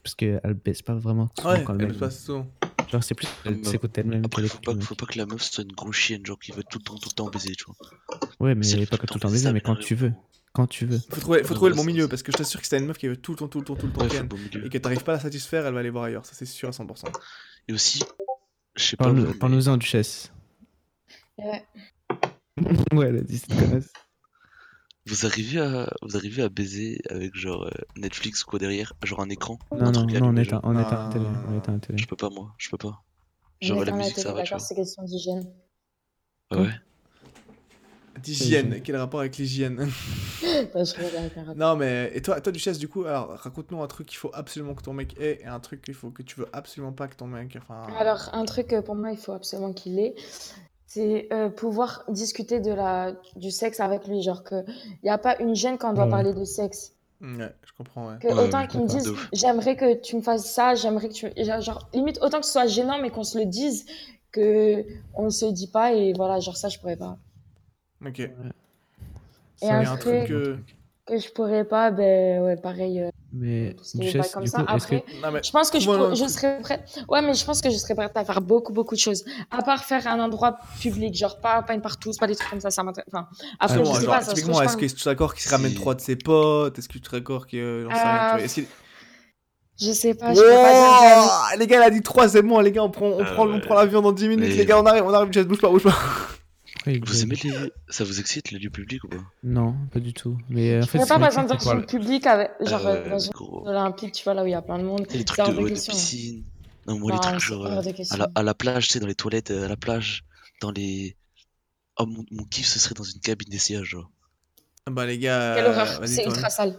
D: Parce qu'elle baisse pas vraiment souvent
B: Ouais,
D: quand le
B: elle
D: mec-
B: le passe souvent.
D: Genre, c'est plus.
E: Comme,
D: C'est côté elle-même que
E: Après,
D: le
E: faut pas,
D: mec.
E: faut pas que la meuf soit une grosse chienne, genre qui veut tout le temps, tout le temps baiser, tu vois.
D: Ouais,
E: Si elle
D: mais
E: veut
D: pas que tout le temps
E: baiser,
D: baiser,
E: ça
D: mais quand
E: m'énerve
D: tu veux.
E: vraiment.
D: Quand tu veux.
B: Faut trouver, faut
E: Ouais,
B: trouver le
E: ouais,
B: bon
E: ça,
B: milieu
E: ça.
B: parce que je t'assure que si t'as une meuf qui veut tout le temps, tout le temps, tout le temps
E: Ouais, faut
B: ken,
E: le bon milieu.
B: et que t'arrives pas à la satisfaire, elle va aller voir ailleurs. Ça, c'est sûr à 100%.
E: Et aussi, je sais pas. vous,
D: Parle-
E: mais
D: Parle-nous-en, duchesse.
F: Ouais.
D: ouais, elle a dit cette connasse.
E: Vous arrivez à, vous arrivez à baiser avec genre euh, Netflix ou quoi derrière, genre un écran.
D: Non,
E: un
D: non,
E: truc
D: non, on
E: allumé, genre.
D: éteint, on éteint la
B: Ah.
D: télé. On éteint la télé.
E: Je peux pas moi, je peux pas.
F: On
E: Genre la
F: éteint
E: musique,
F: télé,
E: ça va, tu
F: D'accord,
E: vois.
F: c'est question d'hygiène.
E: Ah ouais.
B: D'hygiène, quel rapport avec l'hygiène
F: Bah, je regarde avec un rapport.
B: Non, mais. Et toi, toi Duchesse, du coup, alors raconte-nous un truc qu'il faut absolument que ton mec ait et un truc qu'il faut que tu veux absolument pas que ton mec. Enfin.
D: Ah.
F: Alors, un truc euh, pour moi, il faut absolument qu'il ait, c'est euh, pouvoir discuter de la, du sexe avec lui. Genre qu'il n'y a pas une gêne quand on doit
D: Ouais.
F: parler de sexe.
B: Ouais, je comprends, ouais.
F: Que
E: Ouais, ouais,
F: autant
E: je
F: qu'il me
E: comprends,
F: dise,
E: de ouf.
F: j'aimerais que tu me fasses ça, j'aimerais que tu. Genre, genre, limite, autant que ce soit gênant, mais qu'on se le dise, qu'on ne se le dit pas, et voilà, genre ça, je pourrais pas.
B: Ok. Et
F: Et
D: Ça,
F: un
D: c'est
B: un
F: truc,
B: truc. euh,
F: Que je pourrais pas, ben ouais, pareil. euh,
D: Mais
F: Parce qu'il est pas
D: Duchesse,
F: comme
D: du
F: ça.
D: coup, est-ce que.
F: Après,
B: Non, mais.
F: je pense que je,
B: Trouve-moi
F: pour-
B: un
F: je
B: truc.
F: serais prête. Ouais, mais je pense que je serais prête à faire beaucoup, beaucoup de choses. À part faire un endroit public, genre pas, pas une partout, pas des trucs comme ça. ça m'intéresse. enfin,
D: Ah
F: après,
B: Comment,
F: je sais
B: genre,
F: pas, ça se trouve,
B: typiquement,
F: je
B: est-ce que
F: parle-
B: tu es d'accord qu'il se ramène
E: Si.
B: trois de ses potes Est-ce que tu es d'accord qu'il. euh, j'en sais rien, tu
F: Ah,
B: vois. Est-ce qu'il-
F: Je sais pas, je peux pas dire.
B: Wow Oh, les gars, elle a dit 3, c'est bon, les gars, on prend, on
E: Euh,
B: prend, on prend l'avion dans 10 minutes,
E: mais-
B: les gars, on arrive, on arrive, Jess, bouge pas, bouge pas.
D: Oui,
E: Vous aimez les, ça vous excite les lieux publics ou pas
D: Non, pas du tout. Mais euh, en
F: Je
D: fait,
F: pourrais
D: c'est
F: pas,
D: vrai
F: par
D: que
F: exemple,
D: c'est
F: dans
D: quoi,
F: une
D: le-
F: publique, avec... genre euh,
E: Euh,
F: dans une
E: gros.
F: olympique, tu vois, là où il y a plein de monde.
E: Les trucs
F: C'est hors
E: de,
F: de
E: ouais, de
F: question.
E: piscine. Non, moi, les
F: Non,
E: trucs
F: c'est
E: genre euh,
F: hors de
E: à
F: question.
E: la, à la plage, tu sais, dans les toilettes, euh, à la plage, dans les. Oh, mon, mon kiff, ce serait dans une cabine d'essayage, genre.
B: Bah, les gars,
F: Quelle
B: euh,
F: horreur,
B: vas-y,
F: c'est
B: toi,
F: ultra sale.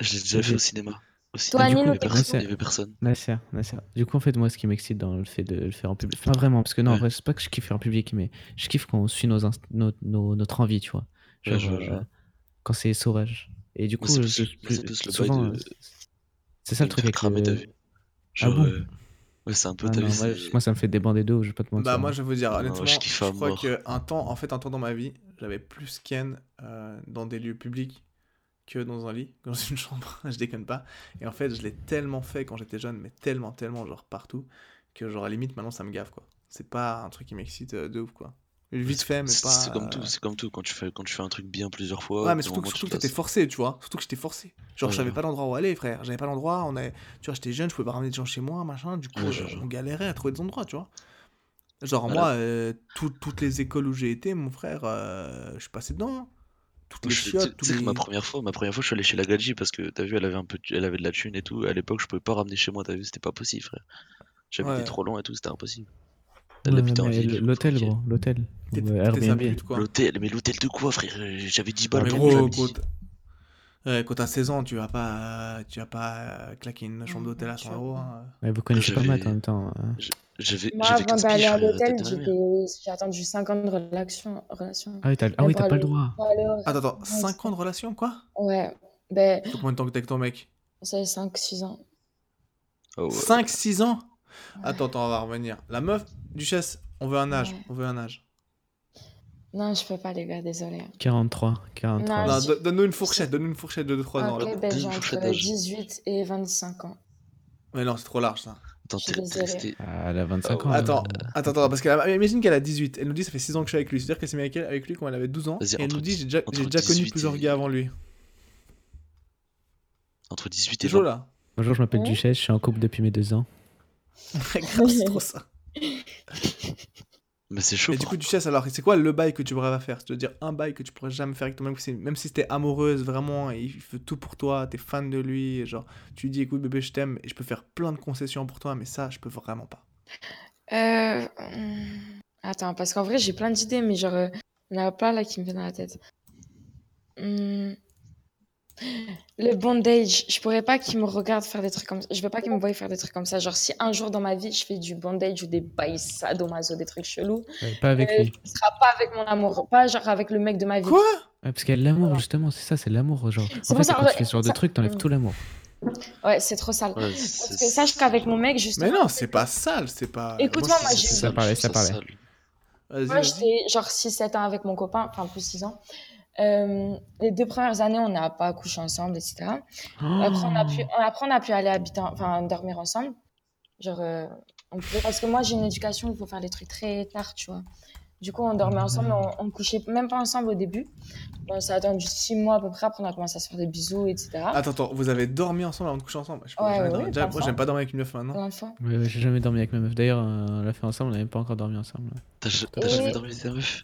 E: Je l'ai déjà
D: Ok.
E: fait au cinéma. Au
F: Toi,
E: cinéma, il y
F: Nino,
E: avait
F: t'es
E: personne.
D: qui
E: Il y avait personne.
D: Nasser, Nasser. Du coup, en fait, moi, ce qui m'excite dans le fait de le faire en public, pas vraiment, parce que non, en
E: Ouais.
D: vrai, c'est pas que je kiffe faire en public, mais je kiffe quand on suit nos inst- nos- nos- notre envie, tu vois.
E: Ouais,
D: Genre,
E: je vois, je
D: euh,
E: vois.
D: quand c'est sauvage. Et du
E: Moi,
D: coup,
E: c'est plus-
D: je- je-
E: moi, c'est plus le bail
D: souvent,
E: de-
D: euh, c'est ça le
E: de me
D: truc
E: faire
D: avec
E: cramer,
D: le-
E: t'as vu.
B: Ah
E: Genre,
D: bon
E: euh, ouais, c'est un peu,
D: Ah
E: t'as
D: non,
E: vu,
D: moi,
E: c'est-
D: je- moi, ça me fait débander de ouf, je vais pas te mentir.
B: Bah, moi, je veux dire,
E: Non,
B: honnêtement,
E: je
B: je,
E: kiffe à
B: crois
E: mort.
B: que un temps, en fait, un temps dans ma vie, j'avais plus ken euh, dans des lieux publics que dans un lit, que dans une chambre, je déconne pas. Et en fait, je l'ai tellement fait quand j'étais jeune, mais tellement, tellement, genre partout, que genre, à la limite, maintenant, ça me gave, quoi. C'est pas un truc qui m'excite euh, de ouf, quoi. Vite fait, mais
E: C'est
B: pas.
E: c'est comme
B: euh,
E: tout, c'est comme tout. Quand tu fais, quand tu fais un truc bien plusieurs fois, au bout
B: Ouais, mais
E: d'un
B: surtout que,
E: moment, tu
B: surtout que
E: te
B: t'étais
E: lasses.
B: forcé, tu vois. Surtout que j'étais forcé. Genre, je
E: Ouais.
B: savais pas l'endroit où aller, frère. J'avais pas l'endroit. On avait... Tu vois, j'étais jeune, je pouvais pas ramener des gens chez moi, machin. Du coup,
E: Ouais, je
B: euh,
E: vois.
B: on galérait à trouver des endroits, tu vois. Genre,
E: Voilà.
B: moi, euh, tout- toutes les écoles où j'ai été, mon frère, euh, je suis passé dedans. hein. Toutes
E: Moi,
B: les
E: je suis- Tu
B: chiottes,
E: tu
B: tous
E: sais que
B: les.
E: ma première fois, ma première fois, je suis allé chez la Gadji parce que t'as vu, elle avait un peu, de- elle avait de la thune et tout. À l'époque, je pouvais pas ramener chez moi, t'as vu, c'était pas possible, frère. J'habitais
B: Ouais.
E: trop loin et tout, c'était impossible.
D: Ouais,
E: Elle habitait en
D: mais
E: ville.
D: L'hôtel,
E: faut
D: gros, l'hôtel.
B: T'étais
D: Ou, euh,
B: t'étais sa
D: Airbnb.
B: pute, quoi.
E: L'hôtel, mais l'hôtel de quoi, frère? Euh, J'avais 10
B: Ah,
E: balles
B: mais
E: pour le
B: gros,
E: samedi.
B: quand ouais, quand t'as 16 ans, tu vas pas, euh, tu vas pas euh, claquer une chambre d'hôtel à 100 euros. hein.
D: Ouais, vous connaissez pas
E: J'avais-
D: Matt en même temps. hein.
E: J'avais
F: Moi,
E: j'avais
F: avant
E: 15 piges,
F: d'aller à
E: frère,
F: l'hôtel,
E: t'es dingue.
F: j'étais- j'ai attendu 5 ans de relation. relation.
D: Ah oui, t'as ah oui,
F: Pour
D: t'as pas le
F: aller-
D: droit.
F: pour aller au-
B: Attends, attends,
F: Ouais,
B: 5 ans de relation, quoi
F: Ouais, ben,
B: Ça fait combien de temps que t'es avec ton mec
F: ça fait 5-6 ans.
E: Oh, ouais.
B: 5-6 ans Attends, attends, on va revenir. La meuf, Duchesse, on veut un âge,
F: Ouais.
B: on veut un âge.
F: Non, je peux pas, les gars, désolé.
D: 43, 43.
F: Ah,
B: Non,
F: si.
B: do- donne-nous une fourchette, donne-nous une fourchette de 3 ans. là.
F: Ok, ben,
E: Deux
F: j'ai
E: fourchettes
F: entre
E: d'âge.
F: 18 et 25 ans.
B: Mais non, c'est trop large ça.
E: Attends,
F: Je suis
E: t'es- t'es
F: désolée.
E: resté-
D: Ah, elle a 25
E: Ah
D: ans.
E: ouais.
B: Oh, Attends,
D: euh,
B: attends, attends, parce qu'elle a- imagine qu'elle a 18. Elle nous dit ça fait 6 ans que je suis avec lui. C'est-à-dire qu'elle s'est mise avec, elle- avec lui quand elle avait 12 ans. Et
E: Vas-y,
B: elle
E: entre
B: nous dit
E: dix-
B: j'ai déjà,
E: entre
B: j'ai déjà connu
E: 18
B: plusieurs
E: et-
B: gars avant lui.
E: Entre 18
B: T'es
E: et
B: chaud
E: 20.
B: là
D: Bonjour, je m'appelle
F: Ouais.
D: Duchesse, je suis en couple depuis mes deux ans.
B: Grave, c'est trop ça.
E: Mais c'est chaud.
B: Et du coup, tu chasses alors, c'est quoi le bail que tu pourrais faire Je veux dire, un bail que tu pourrais jamais faire avec ton mec, c'est- même si t'es amoureuse vraiment, et il fait tout pour toi, t'es fan de lui, et genre, tu lui dis écoute bébé, je t'aime, et je peux faire plein de concessions pour toi, mais ça, je peux vraiment pas.
F: Euh... hum, Attends, parce qu'en vrai, j'ai plein d'idées, mais genre, euh, il y en a plein là qui me viennent dans la tête. Hum, Le bondage, je pourrais pas qu'il me regarde faire des trucs comme ça. Je veux pas qu'il me voie faire des trucs comme ça. Genre, si un jour dans ma vie, je fais du bondage ou des bails sadomaso, des trucs chelous,
D: Ouais, Pas avec
F: euh,
D: lui.
F: ce sera pas avec mon amour, pas genre avec le mec de ma vie.
B: Quoi
D: Ouais, parce qu'il y a de l'amour, justement, c'est ça, c'est de l'amour. Genre, en
F: pour
D: fait,
F: ça,
D: quand
F: ouais,
D: tu fais ce genre de
F: ça- Mm.
D: truc, t'enlèves tout l'amour.
F: Ouais, c'est trop sale.
E: Ouais,
F: Parce
E: c'est-
F: que sache qu'avec mon mec, justement.
B: Mais non, c'est pas sale, c'est pas. euh,
F: Écoute-moi, moi,
B: c'est-
F: j'ai-
D: Ça parlait, ça
E: c'est
D: parlait.
E: sale.
B: Vas-y,
F: Moi,
B: vas-y.
F: j'étais genre 6-7 ans avec mon copain, enfin plus 6 ans. Euh, les deux premières années, on n'a pas couché ensemble, etc. Après, on a pu,
D: Ah.
F: après, on a pu aller habiter, en- enfin, dormir ensemble. Genre, euh, on pouvait- parce que moi, j'ai une éducation, il faut faire les trucs très tard, tu vois. Du coup, on dormait ensemble,
D: Ah.
F: on, on couchait même pas ensemble au début. Bon, ça a attendu 6 mois à peu près, après, on a commencé à se faire des bisous, etc.
D: Ah,
B: Attends, attends, vous avez dormi ensemble avant de coucher ensemble Je sais pas,
F: Ouais,
B: j'en ai
F: ouais,
B: dormi.
F: ouais,
B: Déjà,
F: plein de
B: Moi,
F: fois.
B: j'aime pas dormir avec une meuf maintenant.
F: Plein de fois.
D: Ouais, ouais, j'ai jamais dormi avec ma meuf. D'ailleurs, euh, on l'a fait ensemble, on n'avait pas encore dormi ensemble. ouais.
E: T'as ja-
F: Et-
E: t'as jamais dormi avec ta meuf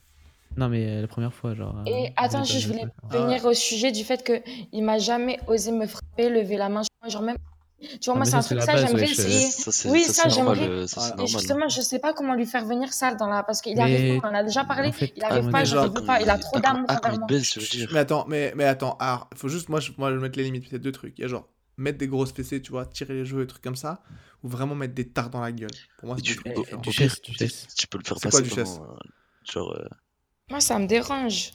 D: Non, mais euh, la première fois, genre. euh,
F: Et
D: on
F: attends,
D: avait
F: je, je
D: dormi
F: voulais
B: ouais.
F: venir au sujet du fait que il m'a jamais osé me frapper, lever la main. Genre même, tu vois,
D: Ah,
F: moi,
D: mais
F: c'est
D: ça,
F: un
D: c'est
F: truc
D: la
F: ça,
D: base,
F: j'aimerais
D: wesh, euh,
F: essayer.
E: Ça, c'est
F: Oui,
E: ça,
F: ça,
E: c'est normal.
F: j'aimerais.
E: euh, Ça, c'est
B: Ah,
F: Et
E: normal.
F: justement, je sais pas comment lui faire venir ça dans la. Parce qu'il
D: Mais-
F: arrive pas, on en a déjà parlé.
D: En fait,
F: il arrive
B: ah,
F: pas,
B: mais
F: je
B: genre,
F: veux pas. Il a trop d'amour
E: Ah, quand
F: envers
E: il
F: moi.
E: te baise, je veux dire.
B: Mais attends, mais, mais attends, ah, faut juste, moi je, moi, je vais mettre les limites, il y a deux trucs. Il y a genre mettre des grosses fessées, tu vois, tirer les joues, des trucs comme ça, ou vraiment mettre des tartes dans la gueule. Pour moi,
E: Et
B: c'est
E: tu-
B: deux
E: au-
B: trucs
E: au
B: différents.
E: pire,
D: Duchesse,
E: tu-
D: duchesse.
E: Tu peux le faire
B: C'est quoi,
E: passer
B: duchesse
E: pendant, euh, Genre. euh,
F: Moi, ça me dérange.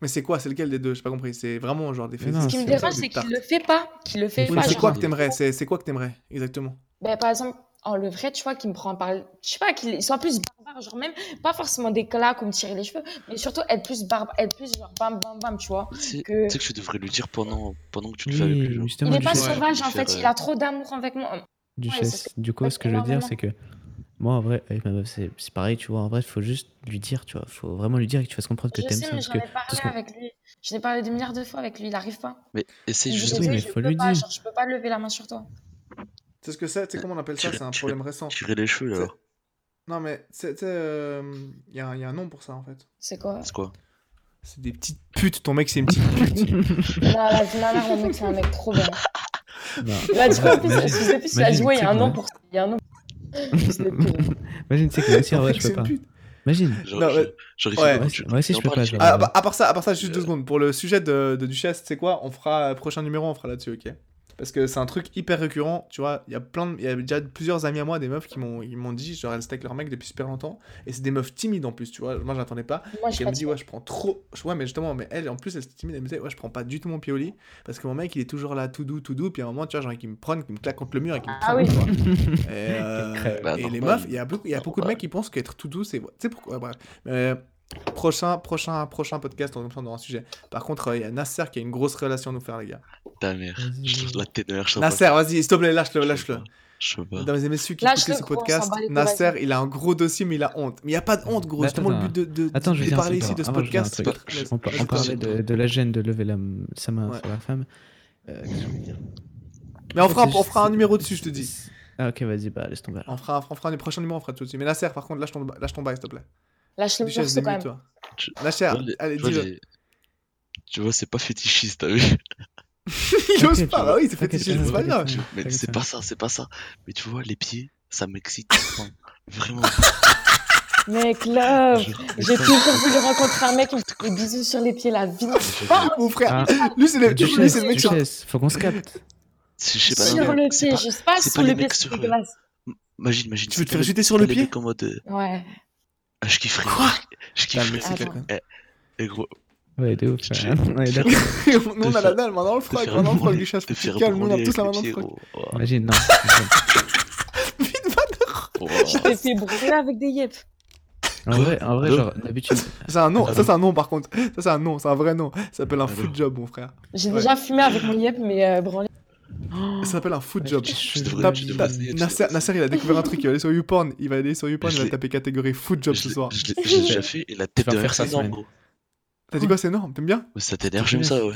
B: Mais c'est quoi C'est lequel des deux J'ai pas compris. C'est vraiment genre des
D: Mais
B: fessées.
D: non,
F: Ce qui me
D: c'est-
F: dérange,
B: des
F: c'est
B: tartes.
F: qu'il le fait pas. Qu'il le fait
D: Oui,
B: Oui,
F: pas.
B: mais C'est
F: genre.
B: quoi que t'aimerais C'est c'est quoi que t'aimerais exactement
F: Ben, par exemple, en le vrai, tu vois, qu'il me prend par. le- Je sais pas, qu'il soit plus barbare. Genre, même pas forcément des claques ou me tirer les cheveux, mais surtout être plus barbare, être plus genre bam bam bam, tu vois.
E: Tu sais
F: Que...
E: tu sais que je devrais lui dire pendant pendant que tu le fais avec
D: Oui,
E: lui. genre.
D: justement,
F: Il est
D: du
F: pas
D: coup,
E: sais, ouais,
F: sauvage
E: je
F: en
E: vais
F: fait,
E: faire,
F: il a trop d'amour avec moi.
D: Duchesse. Du coup,
F: Ouais,
D: ce que je veux
F: énormément.
D: dire, c'est que moi, en vrai, avec ma meuf, c'est c'est pareil, tu vois. En vrai, il faut juste lui dire, tu vois. faut vraiment lui dire et que tu fasses comprendre que
F: Je
D: t'aimes
F: sais,
D: ça.
F: mais
D: Parce
F: j'en
D: que.
F: ai
D: parce
F: parlé
D: qu'on-
F: avec lui. J'en ai parlé des milliards de fois avec lui, il arrive pas.
E: Mais essaye
F: Il me dit,
E: juste
D: Oui,
E: de
D: mais
F: désolé,
D: il
F: je
D: faut
F: peux
D: lui
F: pas,
D: dire.
F: genre, je peux pas lever la main sur toi.
B: Tu sais ce que c'est Tu sais comment on appelle ça
E: Tirer-
B: C'est un
E: tirer-
B: problème récent.
E: tirer les cheveux alors.
B: Non, mais c'est. Il y, a un- y a un nom pour ça en fait.
F: C'est quoi
E: C'est quoi
B: C'est des petites putes. Ton mec, c'est une petite pute.
F: Non, la vie de ma mère, mon mec, c'est un mec trop bien.
D: Non.
F: Il a dit quoi en plus Je
D: bah, Imagine-
F: sais plus s'il a dit
D: imagine,
F: ouais, il y a un
D: tu
F: nom
D: sais,
F: pour ça. Il y a un nom. C'était terrible.
D: Imagine, tu sais que moi aussi, en
B: Ton
D: vrai,
B: mec,
D: je
B: c'est
D: peux
B: une
D: pas.
B: pute.
D: Imagine.
E: Genre,
B: Non,
E: je-
B: mais-
E: j'aurais
B: ouais.
E: fait
D: Moi
E: beaucoup de
D: aussi-
E: choses.
D: moi aussi,
E: Mais
D: je
E: on
D: peux
E: parle
D: pas,
E: du-
D: genre.
B: Ah, bah, à part ça, à part ça, juste
E: Euh.
B: deux secondes. Pour le sujet de, de Duchesse, c'est quoi On fera euh, prochain numéro, on fera là-dessus, ok Parce que c'est un truc hyper récurrent, tu vois. Il y a plein, de- il y a déjà plusieurs amis à moi, des meufs qui m'ont, ils m'ont dit, genre elles étaient avec leur mec depuis super longtemps, et c'est des meufs timides en plus, tu vois. Moi, j'attendais pas.
F: Moi,
B: Et
F: je
B: qu'elle me dit
F: pratique.
B: ouais je prends trop ouais mais justement mais elle en plus elle était timide elle me disait ouais je prends pas du tout mon pied au lit parce que mon mec il est toujours là tout doux tout doux puis à un moment tu vois genre qu'il me prenne qu'il me claque contre le mur et qu'il me
F: Ah oui.
B: prenne, tu vois. et, euh,
D: crève.
E: Bah,
B: et les
E: normal.
B: meufs il y a beaucoup il y a beaucoup de
E: Normal.
B: mecs qui pensent qu'être tout doux c'est tu sais pourquoi ouais, bref Euh, prochain prochain prochain podcast on va dans un sujet par contre euh, il y a Nasser qui a une grosse relation à nous faire les gars
E: Ta mère.
D: Vas-y.
E: Je trouve la tête de mère, je sais pas.
B: Nasser vas-y s'il te plaît lâche le
E: Je sais
B: lâche le
E: pas. Je sais pas.
B: Mesdames et messieurs qui
F: Lâche-le,
B: écoutez ce
F: gros, on s'en
B: podcast,
F: bat les couilles,
B: Nasser,
F: vas-y.
B: il a un gros dossier, mais il a honte. Mais il n'y a pas de honte, gros.
D: Mais
B: Justement, le
D: attends,
B: but de, de-
D: Attends, je
B: de
D: vais dire un
B: parler
D: truc,
B: ici de ce
D: avant, je vais dire un
B: podcast, c'est
D: truc.
B: pas de
E: Je-
D: On, par- on parlait de, de la gêne de lever la, sa main
B: Ouais.
D: sur la femme. Euh, qu'est-ce que je voulais dire
B: Mais on fera,
D: C'est
B: on
D: juste-
B: fera un numéro dessus, je te dis.
D: Ah, ok, vas-y, bah laisse tomber. alors.
B: On fera, on fera un prochain numéro, on fera tout dessus. Mais Nasser, par contre, lâche ton, lâche ton bail, s'il te plaît.
F: Lâche le
B: Duchesse,
F: morceau quand même.
B: démute-toi.
E: Tu-
B: Nasser,
E: Tu vois, les-
B: allez,
E: tu vois,
B: dis-le.
E: les- Tu vois, c'est pas fétichiste, t'as vu
B: Il ose
D: T'inquiète,
B: pas, bah oui, c'est
D: t'inquiète,
B: fétichiste, c'est pas
D: t'inquiète,
B: grave.
D: t'inquiète,
E: Mais
D: t'inquiète,
E: c'est
D: ça.
E: pas ça, c'est pas ça. Mais tu vois, les pieds, ça m'excite. Enfin, Vraiment.
F: Mec,
D: Ah,
F: love.
E: Je-
F: J'ai
E: ça-
F: toujours voulu rencontrer un mec qui me fait des bisous sur les pieds, la vie.
E: je-
B: Mon frère,
D: Ah,
B: lui, c'est le lui, c'est le
D: duchesse,
B: mec sur.
D: duchesse, faut qu'on se capte.
E: Je sais pas.
F: Sur
E: non, mais
F: le
E: c'est
F: pied,
E: pas-
F: je sais pas,
E: c'est pas
F: sur le
E: les
F: pied,
E: mecs
F: c'est
E: sur-
F: dégueulasse.
E: Imagine, imagine.
B: Tu veux te
E: t'as
B: faire
E: les-
B: jeter sur le
E: t'as les
B: pied
E: mecs en mode, euh,
F: Ouais.
E: Ah, je kifferais. Je
B: Putain, mais
E: kifferais.
B: c'est
F: Attends.
B: quelqu'un.
E: Et Eh, gros,
D: Ouais, de ouf.
E: Je-
D: ouais. Ouais, d'accord.
B: Nous, on a la dalle, main dans le froc,
E: faire
B: main dans le froc,
E: brûler,
B: Duchesse,
E: te
B: faut que tu
E: faire
B: te calmes, nous, on a
E: brûler
B: tous la main
E: avec
B: dans
E: les
B: le
E: pieds,
B: froc.
E: gros. Oh,
D: Imagine, non.
E: oh.
F: Je t'ai fait brûler avec des yep.
D: En vrai, en vrai
E: Allô
D: genre, d'habitude.
B: C'est un nom,
D: Attends.
B: ça c'est un nom par contre. Ça c'est un nom, c'est un vrai nom. Ça s'appelle un
E: Allô
B: food job, mon frère.
F: J'ai
B: Ouais.
F: déjà fumé avec mon yep, mais euh, branlé.
B: Ça s'appelle un food
D: Ouais,
B: job.
D: je- je
E: Tu devrais-
B: Tape-
E: tu
D: devrais
B: tape-
E: essayer, tu
B: Nasser,
E: devrais
B: Nasser, il a découvert un truc, il va aller sur YouPorn, il va aller sur YouPorn, il
E: Je
B: va
E: l'ai-
B: taper catégorie food job
E: Je
B: ce
E: l'ai-
B: soir.
E: je l'ai- je l'ai déjà fait et la tête
D: vas
E: de
D: faire
E: mère,
D: ça
E: c'est énorme,
D: semaine.
E: gros.
B: T'as dit quoi, c'est énorme T'aimes bien
E: Mais Ça t'énerve, j'aime ça, ouais.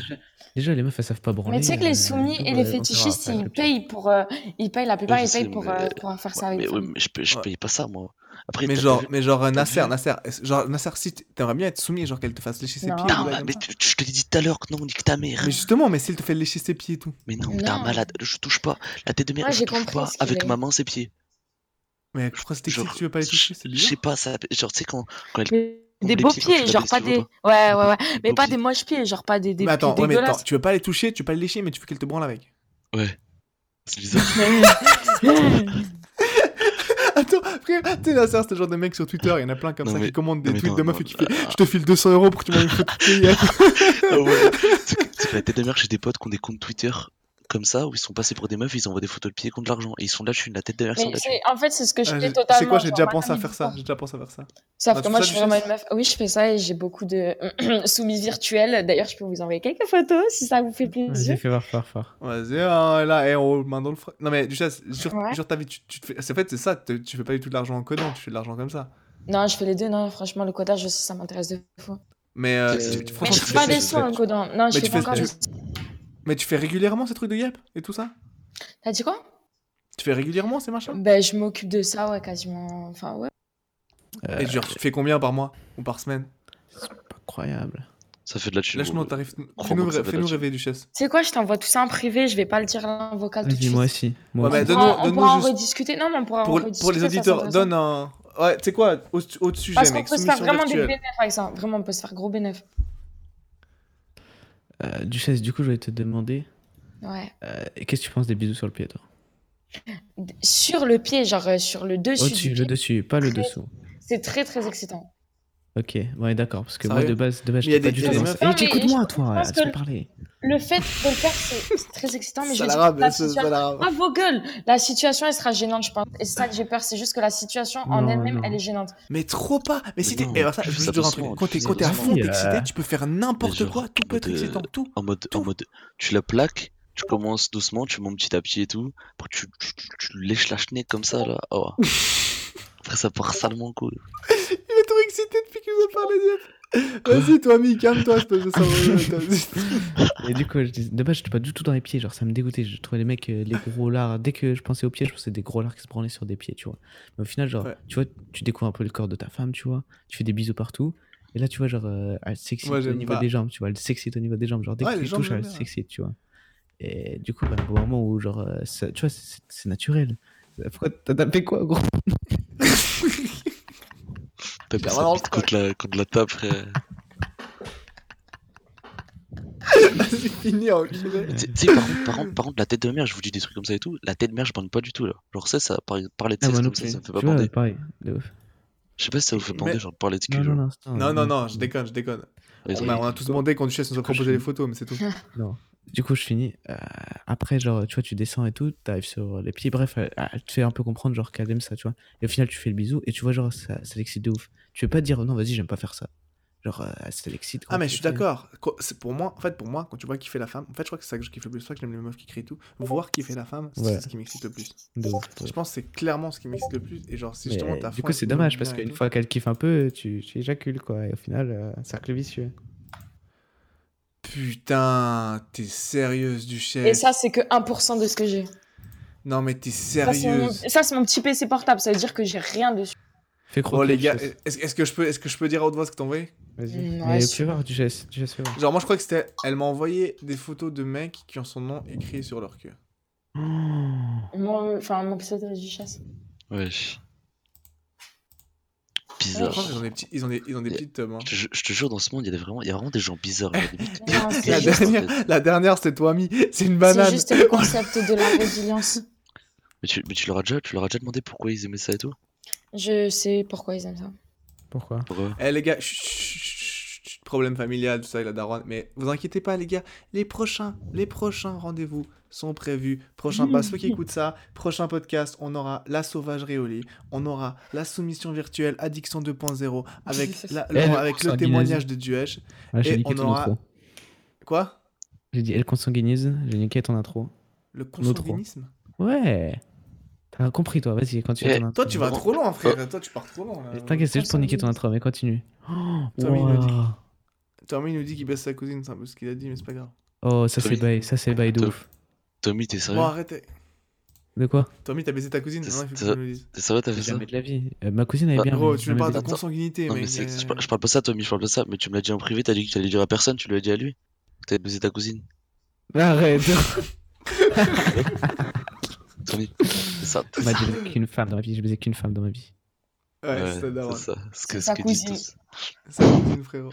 D: Déjà, les meufs, elles savent pas branler.
F: Mais tu sais que
D: euh,
F: les soumis
D: du coup,
F: et
D: euh,
F: les
D: on saura
F: fétichistes,
D: après,
F: ils
D: le pire.
F: payent pour. euh, ils payent, la plupart,
E: Ouais, je
F: ils payent
E: sais,
F: pour,
E: mais-
F: euh, pour faire ça
E: Ouais,
F: avec
E: mais
F: les
E: ouais,
F: femmes.
E: mais je paye- je
B: Ouais.
E: paye pas ça, moi. Après,
B: Mais
E: t'as-
B: genre,
E: t'as vu-
B: mais genre euh,
E: t'as
B: Nasser,
E: vu-
B: Nasser, est-ce- genre Nasser, si t- t'aimerais bien être soumis, genre qu'elle te fasse lécher ses
F: Non.
B: pieds. ou
E: Putain,
B: des bails
E: mais
B: comme ça.
E: tu- je te l'ai dit tout à l'heure que non, nique ta mère.
B: Mais justement, mais s'il te fait lécher ses pieds et tout.
E: Mais non, t'es un
F: Non.
E: malade, je touche pas. La tête de merde,
F: Moi,
E: je
F: j'ai
E: touche
F: compris
E: pas
F: ce qu'il
E: avec
F: est.
E: ma main ses pieds.
B: Mais pourquoi c'est
E: Genre,
B: que tu veux pas les toucher C'est
E: Je sais
B: bizarre.
E: pas, ça... genre tu sais quand, quand elle
F: Mais
E: Ou
F: Des
E: les
F: beaux
E: pieds quand tu
F: pieds,
E: la
F: genre
E: baisses,
F: pas
E: tu
F: des.
E: vois
F: Ouais, ouais, ouais. Mais
E: beaux
F: pas
E: pieds.
F: des moches pieds, genre pas des, des
B: Mais attends,
F: pieds
B: ouais, mais attends,
F: dégueulasses.
B: tu veux pas les toucher, tu veux pas les lécher, mais tu veux qu'elle te branle avec.
E: C'est bizarre.
B: Attends, frère, tu sais, Nasser, c'est le genre de mec sur Twitter, il y en a plein comme
E: Non,
B: ça
E: mais-
B: qui commandent
E: non,
B: des
E: mais
B: tweets
E: non,
B: de
E: non,
B: meufs et qui fait
E: non,
B: Je te file 200 euros pour que tu m'envoies une photo de tes yeux.
E: Ah ouais. C'est que- c'est que la tête de merde chez des potes qui ont des comptes Twitter comme ça où ils sont passés pour des meufs, ils envoient des photos de pieds contre l'argent et ils sont de la thune, la tête de merde, ils sont de
F: Mais
E: la thune.
F: c'est- en fait, c'est ce que je
B: Ah,
F: fais
B: je-
F: totalement.
B: C'est quoi, j'ai
F: genre,
B: déjà
F: ma
B: pensé à
F: famille
B: faire
F: dit
B: ça. J'ai déjà pensé à faire ça.
F: Sauf
B: Ah,
F: que
B: tu
F: moi,
B: fais
F: je
B: ça,
F: suis
B: du
F: vraiment
B: chef
F: une meuf. Oui, je fais ça et j'ai beaucoup de soumis virtuels. D'ailleurs, je peux vous envoyer quelques photos si ça vous fait
D: Vas-y,
F: plaisir.
D: fais voir, fais voir, fais voir.
B: Vas-y, hein, là, eh, on main dans le frais. Non, mais du chasse, sur,
F: Ouais.
B: sur ta vie, tu, tu te fais. c'est- En fait, c'est ça, tu, tu fais pas du tout de l'argent en codant, tu fais de l'argent comme ça.
F: Non, je fais les deux. Non, franchement, le codage, je sais, ça m'intéresse de fou.
B: Mais, euh,
E: Euh,
B: tu- tu-
E: Mais
F: Mais
B: franchement,
F: je
B: tu
F: fais
B: fais-
F: pas
B: tu
F: des
B: fais-
F: sous en codant. Non, je
B: Mais
F: fais
B: tu
F: pas
B: fais,
F: encore
B: tu-
F: des
B: mais tu fais régulièrement ces trucs de Yep et tout ça
F: T'as dit quoi
B: Tu fais régulièrement ces machins
F: Ben, je m'occupe de ça, ouais, quasiment. Enfin, ouais.
D: Euh,
B: Et genre, tu fais combien par mois ou par semaine
D: C'est pas croyable.
E: Ça fait de la thune.
B: Lâche-nous
E: gros.
B: un tarif.
E: Crois-moi
B: Fais-nous
E: que ça va
B: rê- fais-nous
E: là-dessus.
B: rêver, Duchesse.
F: C'est quoi, je t'envoie tout ça en privé, je vais pas le dire là en vocal Ah, tout de
D: Vas-y,
F: suite.
D: moi aussi. Moi
B: Ouais, bah,
D: aussi.
F: on
B: donne-nous-
F: pourra, on
B: donne-nous
F: pourra en
B: juste-
F: rediscuter. Non, mais on pourra en
B: Pour,
F: rediscuter.
B: pour les
F: ça, c'est
B: auditeurs,
F: intéressant.
B: donne un. Ouais, tu sais quoi Au-dessus au sujet,
F: Parce qu'on
B: mec.
F: peut se faire
B: Soumission
F: vraiment des
B: virtuelle.
F: bénéfices avec ça. Vraiment, on peut se faire gros bénéfices.
D: Euh, Duchesse, du coup, je vais te demander
F: Ouais.
D: euh, qu'est-ce que tu penses des bisous sur le pied, toi
F: D- Sur le pied, genre euh, sur le dessus.
D: Au-dessus,
F: du
D: le
F: pied.
D: dessus, pas le
F: Très-
D: dessous.
F: C'est très très excitant.
D: Ok, ouais, d'accord, parce que moi,
B: Sérieux
D: de base, de base,
B: Mais y a
D: j'étais
B: des-
D: pas du
B: y a
D: tout
B: des
D: dans
B: meufs-
D: ça.
F: Non,
D: Eh,
F: mais
D: écoute-moi,
F: je- je
D: toi,
F: pense
D: laisse-moi
F: que-
D: parler.
F: Le fait de le faire, c'est c'est très excitant, mais je veux dire,
B: Salarabe,
F: la,
B: c'est
F: situation...
B: salarabe.
F: Ah, vos gueules La situation, elle sera gênante, je pense. Et c'est ça que j'ai peur, c'est juste que la situation en
D: Non,
F: elle-même,
D: non.
F: elle est gênante.
B: Mais trop pas Mais si
E: Mais
B: t'es.
E: non,
B: eh, alors ça,
E: tu
B: je
E: fais
B: veux
E: ça
B: juste dire un
E: doucement,
B: truc.
E: tu
B: Quand
E: fais
B: t'es
E: ça
B: quand t'es à
E: doucement.
B: fond, t'es
D: Euh,
B: excité, tu peux faire
E: mais
B: n'importe
E: genre,
B: quoi, tout peut être
E: euh,
B: excitant, tout.
E: En mode, en
B: Tout.
E: mode, tu la plaques, tu commences doucement, tu montes petit à petit et tout. Après, tu, tu, tu, tu lèches la chenille comme ça là. Oh. Après, ça part salement cool.
B: Il est trop excité depuis qu'il nous a parlé de Vas-y, toi, ami, calme-toi, espèce de cerveau.
D: Et du coup, je dis- de base, j'étais pas du tout dans les pieds, genre ça me dégoûtait. Je trouvais les mecs, euh, les gros lards. Dès que je pensais aux pieds, je pensais des gros lards qui se branlaient sur des pieds, tu vois. Mais au final, genre,
B: Ouais.
D: tu vois, tu découvres un peu le corps de ta femme, tu vois. Tu fais des bisous partout. Et là, tu vois, genre, euh, elle s'excite
B: Moi,
D: au
B: j'aime
D: niveau
B: pas.
D: des jambes, tu vois. Elle s'excite au niveau des jambes. Genre, dès
B: Ouais, les
D: que tu les
B: jambes,
D: touches,
B: j'aime
D: elle
B: bien.
D: s'excite, tu vois. Et du coup, bah, au moment où, genre, euh, ça- tu vois, c'est c'est naturel. Pourquoi t'as tapé quoi, gros
E: T'as
B: J'ai
E: pris
B: vraiment
E: sa bite
B: le
E: contre la, contre la table, frère.
B: Vas-y, finis, enculé.
E: Tu sais, par contre, par, contre, par contre, la tête de mère, je vous dis des trucs comme ça et tout. La tête de mère, je bande pas du tout là. Genre, ça, ça par- parler de
D: Ah,
E: sexe
D: moi non
E: comme ça,
D: plus.
E: ça me
D: Tu
E: fait pas
D: vois,
E: bander.
D: pareil, de ouf.
E: Je sais pas si ça vous fait
B: Mais-
E: bander, genre, de parler de cul.
D: Non, non,
E: genre.
D: non, c'est un-
B: Non, non, non, je
D: c'est-
B: déconne, je déconne.
E: Allez,
B: On
E: allez.
B: a, Ah, on a tous demandé quand Duchesse nous a proposé les photos, mais c'est tout.
D: Du coup, je finis. euh, après, genre, tu vois, tu descends et tout, t'arrives sur les pieds. Bref, elle, elle te fait un peu comprendre, genre, qu'elle aime ça, tu vois. Et au final, tu fais le bisou et tu vois, genre, ça, ça l'excite de ouf. Tu veux pas dire, non, vas-y, j'aime pas faire ça. Genre, euh, ça l'excite.
B: Ah,
D: gros,
B: mais
D: tu
B: je suis
D: fais.
B: d'accord. Quand- C'est pour moi, en fait, pour moi, quand tu vois qui fait la femme, en fait, je crois que c'est ça que je kiffe le plus. C'est pour ça que j'aime les meufs qui crient et tout. Voir qui fait la femme, c'est
D: Ouais.
B: ce qui m'excite le plus.
D: De ouf, de
B: Je
D: ouf.
B: pense que c'est clairement ce qui m'excite le plus. Et genre, si
D: euh, Mais,
B: justement t'as
D: du
B: faim
D: coup,
B: et
D: c'est
B: tout,
D: dommage
B: bien
D: parce
B: et
D: qu'une
B: tout.
D: fois qu'elle kiffe un peu, tu, tu éjacules, quoi. Et au final, euh, cercle vicieux.
B: Putain, t'es sérieuse, Duchesse.
F: Et ça, c'est que 1% de ce que j'ai.
B: Non, mais t'es
F: Ça, c'est mon-
B: sérieuse.
F: Ça, c'est mon petit PC portable, ça veut dire que j'ai rien dessus.
D: Fais
B: Oh,
D: croire.
B: les gars, est-ce est-ce que, je peux- est-ce que je peux dire à haute voix ce que t'as envoyé
D: Vas-y.
F: Mm, ouais,
D: mais
F: si tu
D: fais voir, du geste, du geste, fais voir.
B: Genre, moi, je crois que c'était. Elle m'a envoyé des photos de mecs qui ont son nom écrit sur leur queue.
F: Mon... Enfin, mon pseudo de la duchesse.
E: Wesh.
B: Je
E: Bizarre.
B: crois qu'ils ont des, petits- ils ont des, ils ont des
E: Yeah.
B: petites tomes. hein.
E: Je, te ju- je te jure, dans ce monde, il y a des- vraiment, il y a vraiment des gens bizarres. genre, limite.
F: Non, c'est
B: La
E: Ils ont
F: juste-
E: juste
B: dernière,
E: en tête.
B: la dernière c'était toi, ami. C'est une
F: c'est
B: banane.
F: juste le concept de la résilience.
E: Mais tu, mais tu leur as déjà, tu leur as déjà demandé pourquoi ils aimaient ça et tout
F: Je sais pourquoi ils aiment ça.
D: Pourquoi
E: Pourquoi
B: Eh les gars, chut, chut, chut, chut, problème familial, tout ça, avec la daronne. Mais vous inquiétez pas, les gars, les prochains, les prochains rendez-vous sont prévus. Prochain, bah, ceux qui écoutent ça, prochain podcast, on aura la sauvagerie au lit, on aura la soumission virtuelle Addiction 2.0 avec,
E: Eh,
B: la-
D: Elle,
B: avec le
D: sanguinaise.
B: témoignage de Duesh.
D: ah,
B: Et
D: J'ai
B: on
D: niqué ton
B: aura-
D: intro.
B: Quoi
D: J'ai dit, elle consanguinise, j'ai niqué ton intro.
B: Le
D: Nos trois.
B: consanguinisme
D: Ouais. T'as compris, toi. Vas-y, continue.
E: Eh,
D: ton intro.
B: Toi, tu vas trop loin,
E: Euh.
B: frère. Toi, tu pars trop loin. là.
D: T'inquiète, c'est juste pour niquer ton intro, mais continue.
B: Oh,
D: Oh,
B: Toi, mais il nous dit-
D: Wow.
B: Tommy nous dit qu'il baisse sa cousine, c'est un peu ce qu'il a dit, mais c'est pas grave.
D: Oh, ça
E: Très
D: c'est
E: bien.
D: bail, ça c'est bail de
E: Top.
D: ouf.
E: Tommy, t'es sérieux
B: Bon, arrêtez.
D: De quoi
B: Tommy, t'as baisé ta cousine
E: C'est-
B: Non, il faut que
E: c'est-
B: tu nous le dises.
E: T'es sérieux, t'as fait ça
D: Jamais de la vie. Euh, ma cousine elle est
E: Bah,
D: bien.
B: Gros,
D: mais
B: tu
D: jamais
B: me parles
D: de-
B: de
E: attends.
B: consanguinité,
E: Non, mais
B: mec,
E: c'est-
B: euh,
E: je, par- je parle pas de ça, Tommy, je parle pas de ça, mais tu me l'as dit en privé, t'as dit que t'allais le dire à personne, tu l'as dit à lui. T'as baisé ta cousine.
D: Arrête
E: Tommy, c'est ça, c'est
D: Moi,
E: ça.
D: j'ai baisé qu'une femme dans ma vie. J'ai baisé qu'une femme dans ma vie.
B: Ouais, c'est ta
E: Ouais,
B: daronne.
E: c'est ça, ce que,
F: C'est
E: ce
F: sa
E: que disent
F: cousine.
E: tous.
B: Ça cousine, frérot.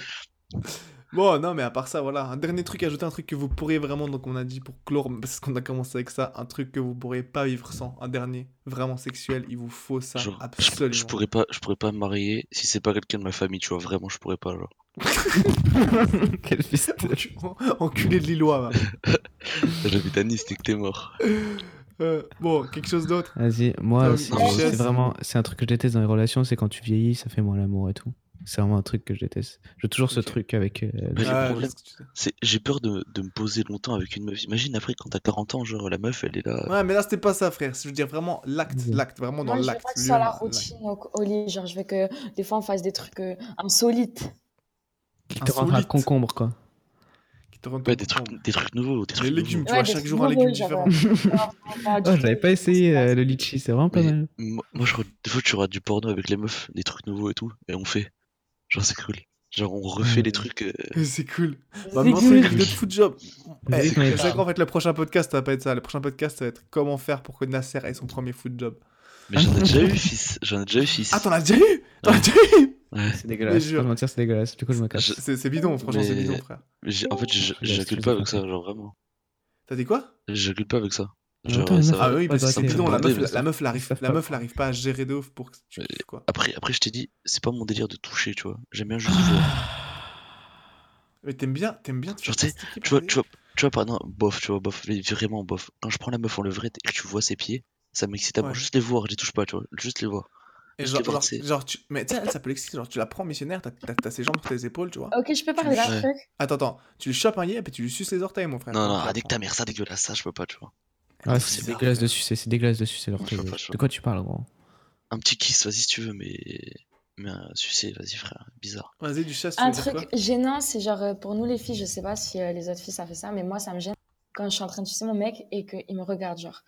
B: Bon, non, mais à part ça, voilà. Un dernier truc, ajouter un truc que vous pourriez vraiment, donc on a dit pour clore, parce qu'on a commencé avec ça, un truc que vous pourriez pas vivre sans. Un dernier, vraiment sexuel, il vous faut ça,
E: Genre, je-
B: absolument.
E: Je, pourrais pas, je pourrais pas me marier si c'est pas quelqu'un de ma famille, tu vois, vraiment, je pourrais pas, genre.
D: Quel fils de-
B: Encu- Enculé de Lillois, va.
E: J'habite à Nice, t'es que t'es mort.
B: Euh, bon, quelque chose d'autre.
D: Vas-y,
B: Tommy,
D: moi, c'est
E: non,
D: c'est
B: mais-
D: vraiment. C'est un truc que je déteste dans les relations, c'est quand tu vieillis, ça fait moins l'amour et tout. C'est vraiment un truc que je déteste. J'ai toujours ce
B: Ok.
D: truc avec. euh,
E: Mais
D: le-
E: le
B: Ah,
E: problème,
B: je sais ce que tu dis.
E: c'est- j'ai peur de, de me poser longtemps avec une meuf. Imagine après, quand t'as 40 ans, genre, la meuf, elle est là.
B: Ouais, mais là, c'était pas ça, frère. Je veux dire vraiment l'acte,
D: Mhm.
B: l'acte, vraiment dans
F: Moi, je veux
B: l'acte.
F: pas que ce
B: lui,
F: soit
B: on-
F: la
B: l'acte.
F: routine au, au lit. Genre, je veux que des fois on fasse des trucs euh, insolites.
D: Qui te rend un
B: Insolite.
D: concombre, quoi.
B: Qui te rendent
E: Ouais, des
B: ton-
E: trucs, des trucs nouveaux, des
B: Les
E: trucs
B: légumes,
E: nouveaux.
B: tu vois,
F: des
B: chaque
F: trucs
B: jour un
F: nouveaux,
B: légume différent.
F: genre, euh, pas du
D: Oh,
F: tout.
D: je l'avais pas essayé euh, le litchi, c'est vraiment pas
E: Mais-
D: mal.
E: Moi, moi, je re- des fois, tu auras du porno avec les meufs, des trucs nouveaux et tout, et on fait. Genre, c'est cool. Genre, on refait les trucs. euh,
B: C'est cool.
F: C'est
B: Bah, maintenant,
F: cool.
B: c'est une vidéo de foot job. Eh,
D: Vas-y, mais-
B: Je sais qu'en fait, le prochain podcast, ça va pas être ça. Le prochain podcast, ça va être comment faire pour que Nasser ait son premier foot job.
E: Mais j'en ai déjà eu, fils. J'en ai déjà eu, fils.
B: Ah, t'en as déjà eu T'en as
E: Ouais.
B: déjà eu
E: Ouais.
D: C'est dégueulasse.
B: je
D: Je
B: jure.
D: vais mentir, c'est dégueulasse. Du coup, je me cache.
E: Je-
B: C'est c'est bidon, franchement, c'est
E: Mais-
B: bidon, frère.
E: mais j'ai- en fait, je-
D: Regarde,
E: j'accule
D: tu
E: pas
D: les as
E: avec
D: fait.
E: ça, genre vraiment.
B: T'as dit quoi
E: J'accule pas avec ça.
D: En
E: Genre,
D: même temps, les
E: ça
D: meufs,
E: va.
B: Ah oui,
D: ouais,
B: parce que c'est
D: bah,
B: bidon, la
E: c'est-
B: meuf,
E: mais
B: la,
E: ça-
B: la meuf,
D: ils
B: l'arrive,
D: savent
B: la
D: pas.
B: meuf, l'arrive pas à gérer de ouf pour que tu
E: Mais-
B: kiffes, quoi.
E: Après, après, je t'ai dit, c'est pas mon délire de toucher, tu vois. J'aime bien juste euh, voir.
B: Mais t'aimes bien, t'aimes bien. te
E: Genre,
B: faire
E: sais,
B: plastiquer
E: Tu
B: par
E: vois,
B: des-
E: tu vois, tu vois, pardon, bof, tu vois, bof, mais vraiment bof. Quand je prends la meuf en levrette et que tu vois ses pieds, ça m'excite à mort.
B: Ouais.
E: Juste les voir, je les touche pas, tu vois, juste les voir.
B: Et
E: je
B: genre,
E: t'ai
B: genre,
E: forcé.
B: genre, tu... mais tiens, elle, ça peut l'exciter. Genre, tu la prends missionnaire, t'as- t'as t'as ses jambes sur tes épaules, tu vois.
F: Ok, je peux parler d'un
E: Ouais.
F: truc.
B: Attends, attends, tu lui chopes un yep et tu lui suces les orteils, mon frère.
E: Non, non,
B: Tu la
E: ah, nique
B: prends.
E: ta mère, ça dégueulasse, ça, je peux pas, tu vois.
D: Ah,
E: c'est
D: c'est
E: bizarre,
D: dégueulasse de sucer, c'est dégueulasse de sucer leur
E: Je vois pas, je vois
D: De quoi tu parles, gros
E: Un petit kiss, vas-y si tu veux, mais. Mais un sucer, vas-y frère, bizarre.
B: Vas-y, du chasse.
F: Un truc gênant, c'est genre euh, pour nous les filles, je sais pas si euh, les autres filles ça fait ça, mais moi ça me gêne quand je suis en train de sucer mon mec et qu'il me regarde, genre.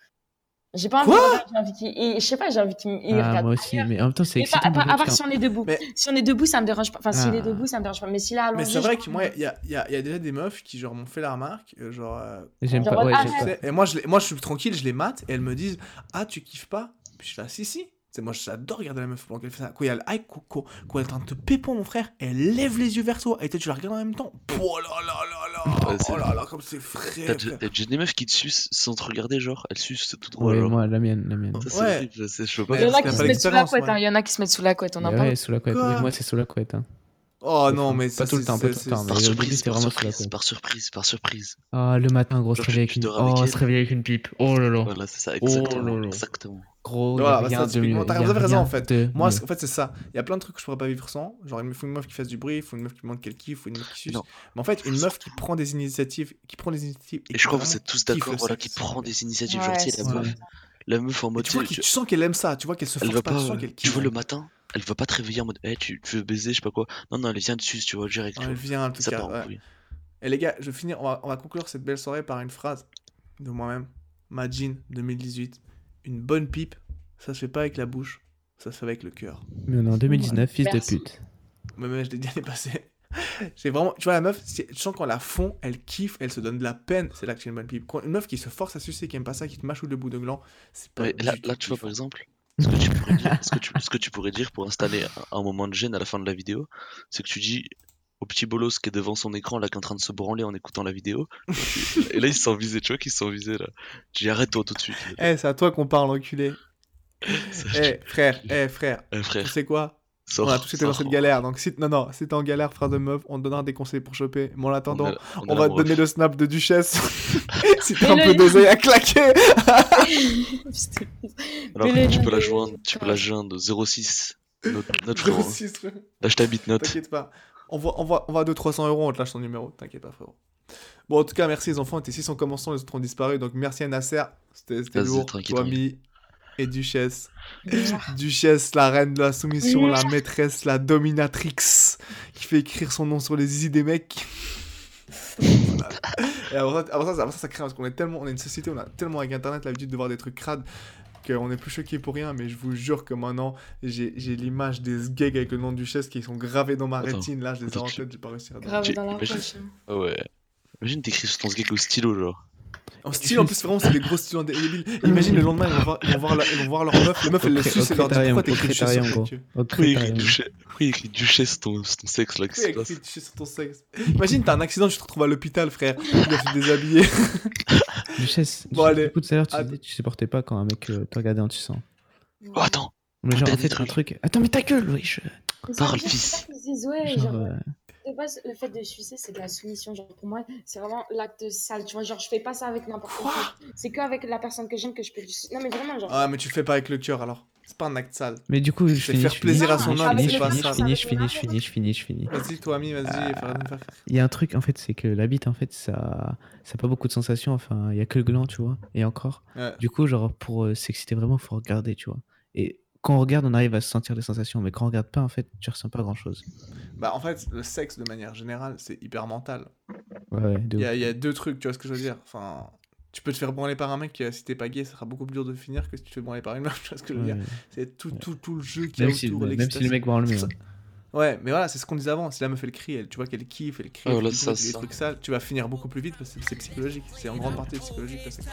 F: J'ai pas envie, de regarder, j'ai envie qu'il. il- Je sais pas, j'ai envie qu'il me il
D: Ah,
F: regarde.
D: moi aussi, mais en même temps, c'est
F: Mais pas,
D: excitant.
F: bah, à, part-
D: putain.
F: à part si on est debout.
B: Mais-
F: Si on est debout, ça me dérange pas. Enfin, s'il
D: Ah.
F: est debout, ça me dérange pas. Mais s'il est allongé.
B: Mais c'est vrai
F: je-
B: que moi, il y a, il y, a, il y a déjà des meufs qui genre m'ont fait la remarque, euh, genre. euh,
D: J'aime
F: Genre,
D: pas, ouais,
F: ah,
D: j'aime
B: Tu
D: pas.
B: sais, Et moi je, les- moi, je suis tranquille, je les mate et elles me disent Ah, tu kiffes pas Puis je suis là, si, si. C'est moi, j'adore regarder la meuf pendant qu'elle fait ça. Quand il y a le hype, quand, quand- quand elle est en train de te pépon, mon frère, elle lève les yeux vers toi et toi, tu la regardes en même temps. Oh là là là là
E: Ouais, c'est-
B: Oh là là, comme c'est frais.
E: T'as
B: frère.
E: déjà t'as déjà des meufs qui te sucent sans te regarder, genre, elles sucent tout droit,
D: Ouais,
E: genre.
D: moi, la mienne, la mienne.
E: Ça, c'est
B: Ouais.
E: horrible, c'est- je peux
F: Il y en
E: pas.
B: Parce
F: a
B: qu'il y a pas
F: qui se mettent sous la
B: d'expérience,
F: couette, hein,
B: ouais.
F: il y en a qui se mettent sous la couette, on en
D: Mais
F: parle.
D: ouais, sous la couette.
B: Quoi
D: Oui, moi, c'est sous la couette. hein.
B: Oh
D: Des
B: non,
D: fois.
B: mais
D: Pas tout le temps, pas tout le temps, mais
E: Par
D: aujourd'hui,
E: surprise,
D: c'était
E: par
D: vraiment sous la
E: surprise,
D: couette.
E: par surprise, par surprise.
D: Ah, le matin, gros, se
E: Genre, tu-
D: réveiller
E: tu
D: avec une...
E: dors avec
D: Oh,
E: elle.
D: se réveiller avec une pipe. Oh là là.
E: Voilà, c'est ça,
D: Oh là
E: exactement.
D: là.
E: Exactement.
D: Gros,
B: Voilà,
D: y a
B: bah,
D: rien
B: ça,
D: de
B: typiquement,
D: mieux,
B: t'as-
D: y a
B: vous avez raison,
D: rien
B: en fait.
D: de
B: Moi,
D: mieux.
B: c'est- en fait, c'est ça. Il y a plein de trucs que je pourrais pas vivre sans. Genre, il me faut une meuf qui fasse du bruit, il faut une meuf qui demande qu'elle kiffe, il faut une meuf qui suce.
E: Non.
B: Mais en fait, une meuf qui prend des initiatives, qui prend des initiatives.
E: Et je crois que
B: vraiment
E: vous êtes tous
B: kiffe le
E: d'accord, voilà, qui
B: sexe.
E: prend des initiatives.
F: Ouais,
E: Genre, tu sais,
F: c'est
E: la meuf,
D: ça.
E: la meuf en
B: Et
E: mode.
B: tu, vois
E: tu-
B: qu'il- tu sens qu'elle aime ça, tu vois qu'elle se
E: Elle
B: force
E: va
B: pas, tu
E: pas.
B: sens
E: euh,
B: qu'elle
E: Tu
B: kiffe.
E: vois, le matin, elle va pas te réveiller en mode, Eh, tu tu veux baiser, je sais pas quoi. Non, non, elle vient dessus, tu vois, direct.
B: Ouais,
E: tu
B: elle
E: vois.
B: vient, en tout
E: Ça
B: cas.
E: part en
B: ouais.
E: couille.
B: Et les gars, je vais finir, on va, on va conclure cette belle soirée par une phrase de moi-même. Ma jean 2018. Une bonne pipe, ça se fait pas avec la bouche, ça se fait avec le cœur.
D: Mais on est en 2019, fils de
F: Merci.
D: pute.
B: Mais même, je l'ai dit l'année passée. J'ai vraiment, tu vois, la meuf, c'est- tu sens qu'en la fond, elle kiffe, elle se donne de la peine, c'est là que c'est une bonne pipe. Quand une meuf qui se force à sucer, qui aime pas ça, qui te mâche le bout de gland, c'est pas.
E: Ouais,
B: du
E: Là,
B: tout
E: là, tu
B: kiffant.
E: vois, par exemple, ce que tu pourrais dire, ce que tu, ce que tu pourrais dire pour installer un, un moment de gêne à la fin de la vidéo, c'est que tu dis au petit bolos qui est devant son écran, là, qui est en train de se branler en écoutant la vidéo, tu- et là, ils se sont visés, tu vois, qu'ils se sont visés, là. Tu dis arrête-toi tout de suite.
B: Eh, c'est à toi qu'on parle, enculé.
E: Ça,
B: Eh,
E: je te-
B: frère, eh, frère,
E: Eh,
B: tu
E: frère,
B: sais quoi
E: sors.
B: on a tous été dans
E: sors.
B: cette galère, donc si non non, si t'es en galère, frère de meuf, on te donnera des conseils pour choper. Mais en
E: On
B: attendant,
E: a-
B: on,
E: on a
B: va
E: la
B: te
E: ref.
B: donner le snap de Duchesse. si t'as
F: Mais
B: un
F: le
B: peu
F: lien-
B: d'oseille à claquer.
F: Putain.
E: Alors,
F: Mais le
E: tu
F: lien
E: peux la
F: de-
E: joindre, tu peux la joindre 06. Notre, notre frérot, hein.
B: 06, frère.
E: Là, je t'habite, note.
B: T'inquiète pas. On va, on va, on va à 200-300 euros, on te lâche ton numéro. T'inquiète pas, frérot. Bon, en tout cas, merci les enfants. On était 600 commençants, les autres ont disparu. Donc merci à Nasser. C'était c'était
E: Vas-y,
B: lourd.
E: tranquille,
B: Toi, Mi et Duchesse. Duchesse, la reine de la soumission, la maîtresse, la dominatrix, qui fait écrire son nom sur les idées des mecs. Et avant ça, avant ça, avant ça, ça crée parce qu'on est tellement, on est une société, on a tellement avec Internet l'habitude de voir des trucs crades qu'on est plus choqué pour rien. Mais je vous jure que maintenant, j'ai j'ai l'image des gags avec le nom de duchesse qui sont gravés dans ma
E: Attends.
B: rétine. Là, je les ai en
E: Attends, tu-
B: tête, j'ai pas réussi à.
F: Grave
E: J'ai-
F: dans la
E: imagine-
F: poche. hein.
E: Ah Ouais. Imagine t'écris sur ton sgeg au stylo, genre.
B: En style, en plus, vraiment, c'est des gros styles indélébiles. Imagine le lendemain, ils vont voir, ils vont voir, la- ils vont voir leur meuf. La meuf, elle le
D: Au
B: suce et leur dit
D: critérium,
B: Pourquoi
D: au
B: t'écris duchesse
D: critérium,
B: sur ton
D: gros.
B: cul
E: Pourquoi
D: Au
E: il écrit
D: critérium.
E: duchesse, Pourquoi il écrit duchesse ton, ton sexe,
B: Pourquoi
E: là, qu'est-ce qui se
B: elle
E: passe
B: écrit duchesse sur ton sexe Imagine, t'as un accident, tu te retrouves à l'hôpital, frère. Il a fait déshabiller.
D: Duchesse,
B: Bon,
D: du-
B: allez.
D: du coup, tout à l'heure, tu
B: Ah.
D: disais que tu supportais pas quand un mec euh, te regardait en tissant.
E: Oh, attends,
D: Mais genre,
E: T'as
D: en
E: des
D: fait, un truc. Attends, mais ta gueule, oui, je.
F: Mais c'est
E: Parle,
F: vrai,
E: fils.
F: c'est ça qu'ils disent, ouais,
D: genre,
F: genre,
D: euh,
F: de base, le fait de sucer, c'est de la soumission. Genre, pour moi, c'est vraiment l'acte sale. Tu vois, genre, je fais pas ça avec n'importe
B: Quoi
F: qui. C'est qu'avec la personne que j'aime que je peux lui sucer. Non, mais vraiment, genre.
B: Ah, mais tu le fais pas avec le cœur alors. C'est pas un acte sale.
D: Mais du coup, je
B: C'est
D: finis.
B: faire
D: je
B: plaisir
D: finis,
F: à son
D: je
F: âme,
D: finis,
F: c'est
D: je
F: pas
D: finis,
F: ça.
D: Je finis, je finis, je finis, je finis, je finis.
B: Vas-y, toi, ami, vas-y,
D: Euh.
B: fais rien de faire.
D: Il y a un truc, en fait, c'est que la bite, en fait, ça, ça a pas beaucoup de sensations. Enfin, il y a que le gland, tu vois. Et encore.
B: Ouais.
D: Du coup, genre, pour euh, s'exciter vraiment, faut regarder, tu vois. Et quand on regarde, on arrive à sentir les sensations. Mais quand on regarde pas, en fait, tu ressens pas grand chose.
B: Bah, en fait, le sexe, de manière générale, c'est hyper mental.
D: Ouais, ouais, de
B: Il y,
D: ouf.
B: a- il y a deux trucs, tu vois ce que je veux dire. Enfin, tu peux te faire branler par un mec, euh, si t'es pas gay, ça sera beaucoup plus dur de finir que si tu te fais branler par une meuf, tu vois ce que je veux
D: Ouais,
B: dire.
D: ouais.
B: C'est tout,
D: Ouais.
B: tout, tout le jeu qui est
D: Même si,
B: autour,
D: même si
B: l'excitation.
D: le mec voit le mur.
B: Ouais, mais voilà, c'est ce qu'on disait avant. Si la meuf elle crie, elle, tu vois qu'elle kiffe, elle crie,
E: Ouais,
B: elle
E: là,
B: fait
E: ça,
B: des
E: ça.
B: trucs sales, tu vas finir beaucoup plus vite parce que c'est psychologique. C'est en grande partie psychologique. le sexe.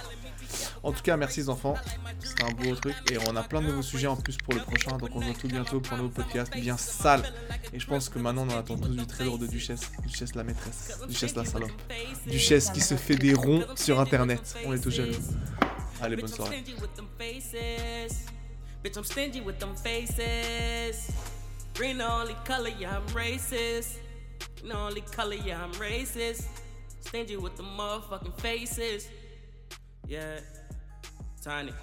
B: En tout cas, merci les enfants. C'était un beau truc. Et on a plein de nouveaux sujets en plus pour le prochain. Donc on se retrouve bientôt pour un nouveau podcast bien sale. Et je pense que maintenant on en attend tous du trailer de Duchesse. Duchesse la maîtresse. Duchesse la salope. Duchesse qui se fait des ronds sur internet. On est tous jaloux. Allez, bonne
A: Bitch, I'm
B: soirée.
A: stingy with them faces. Bitch, I'm stingy with them faces. Green the only color, yeah, I'm racist. Green the only color, yeah, I'm racist. Stingy with the motherfucking faces. Yeah. Tiny.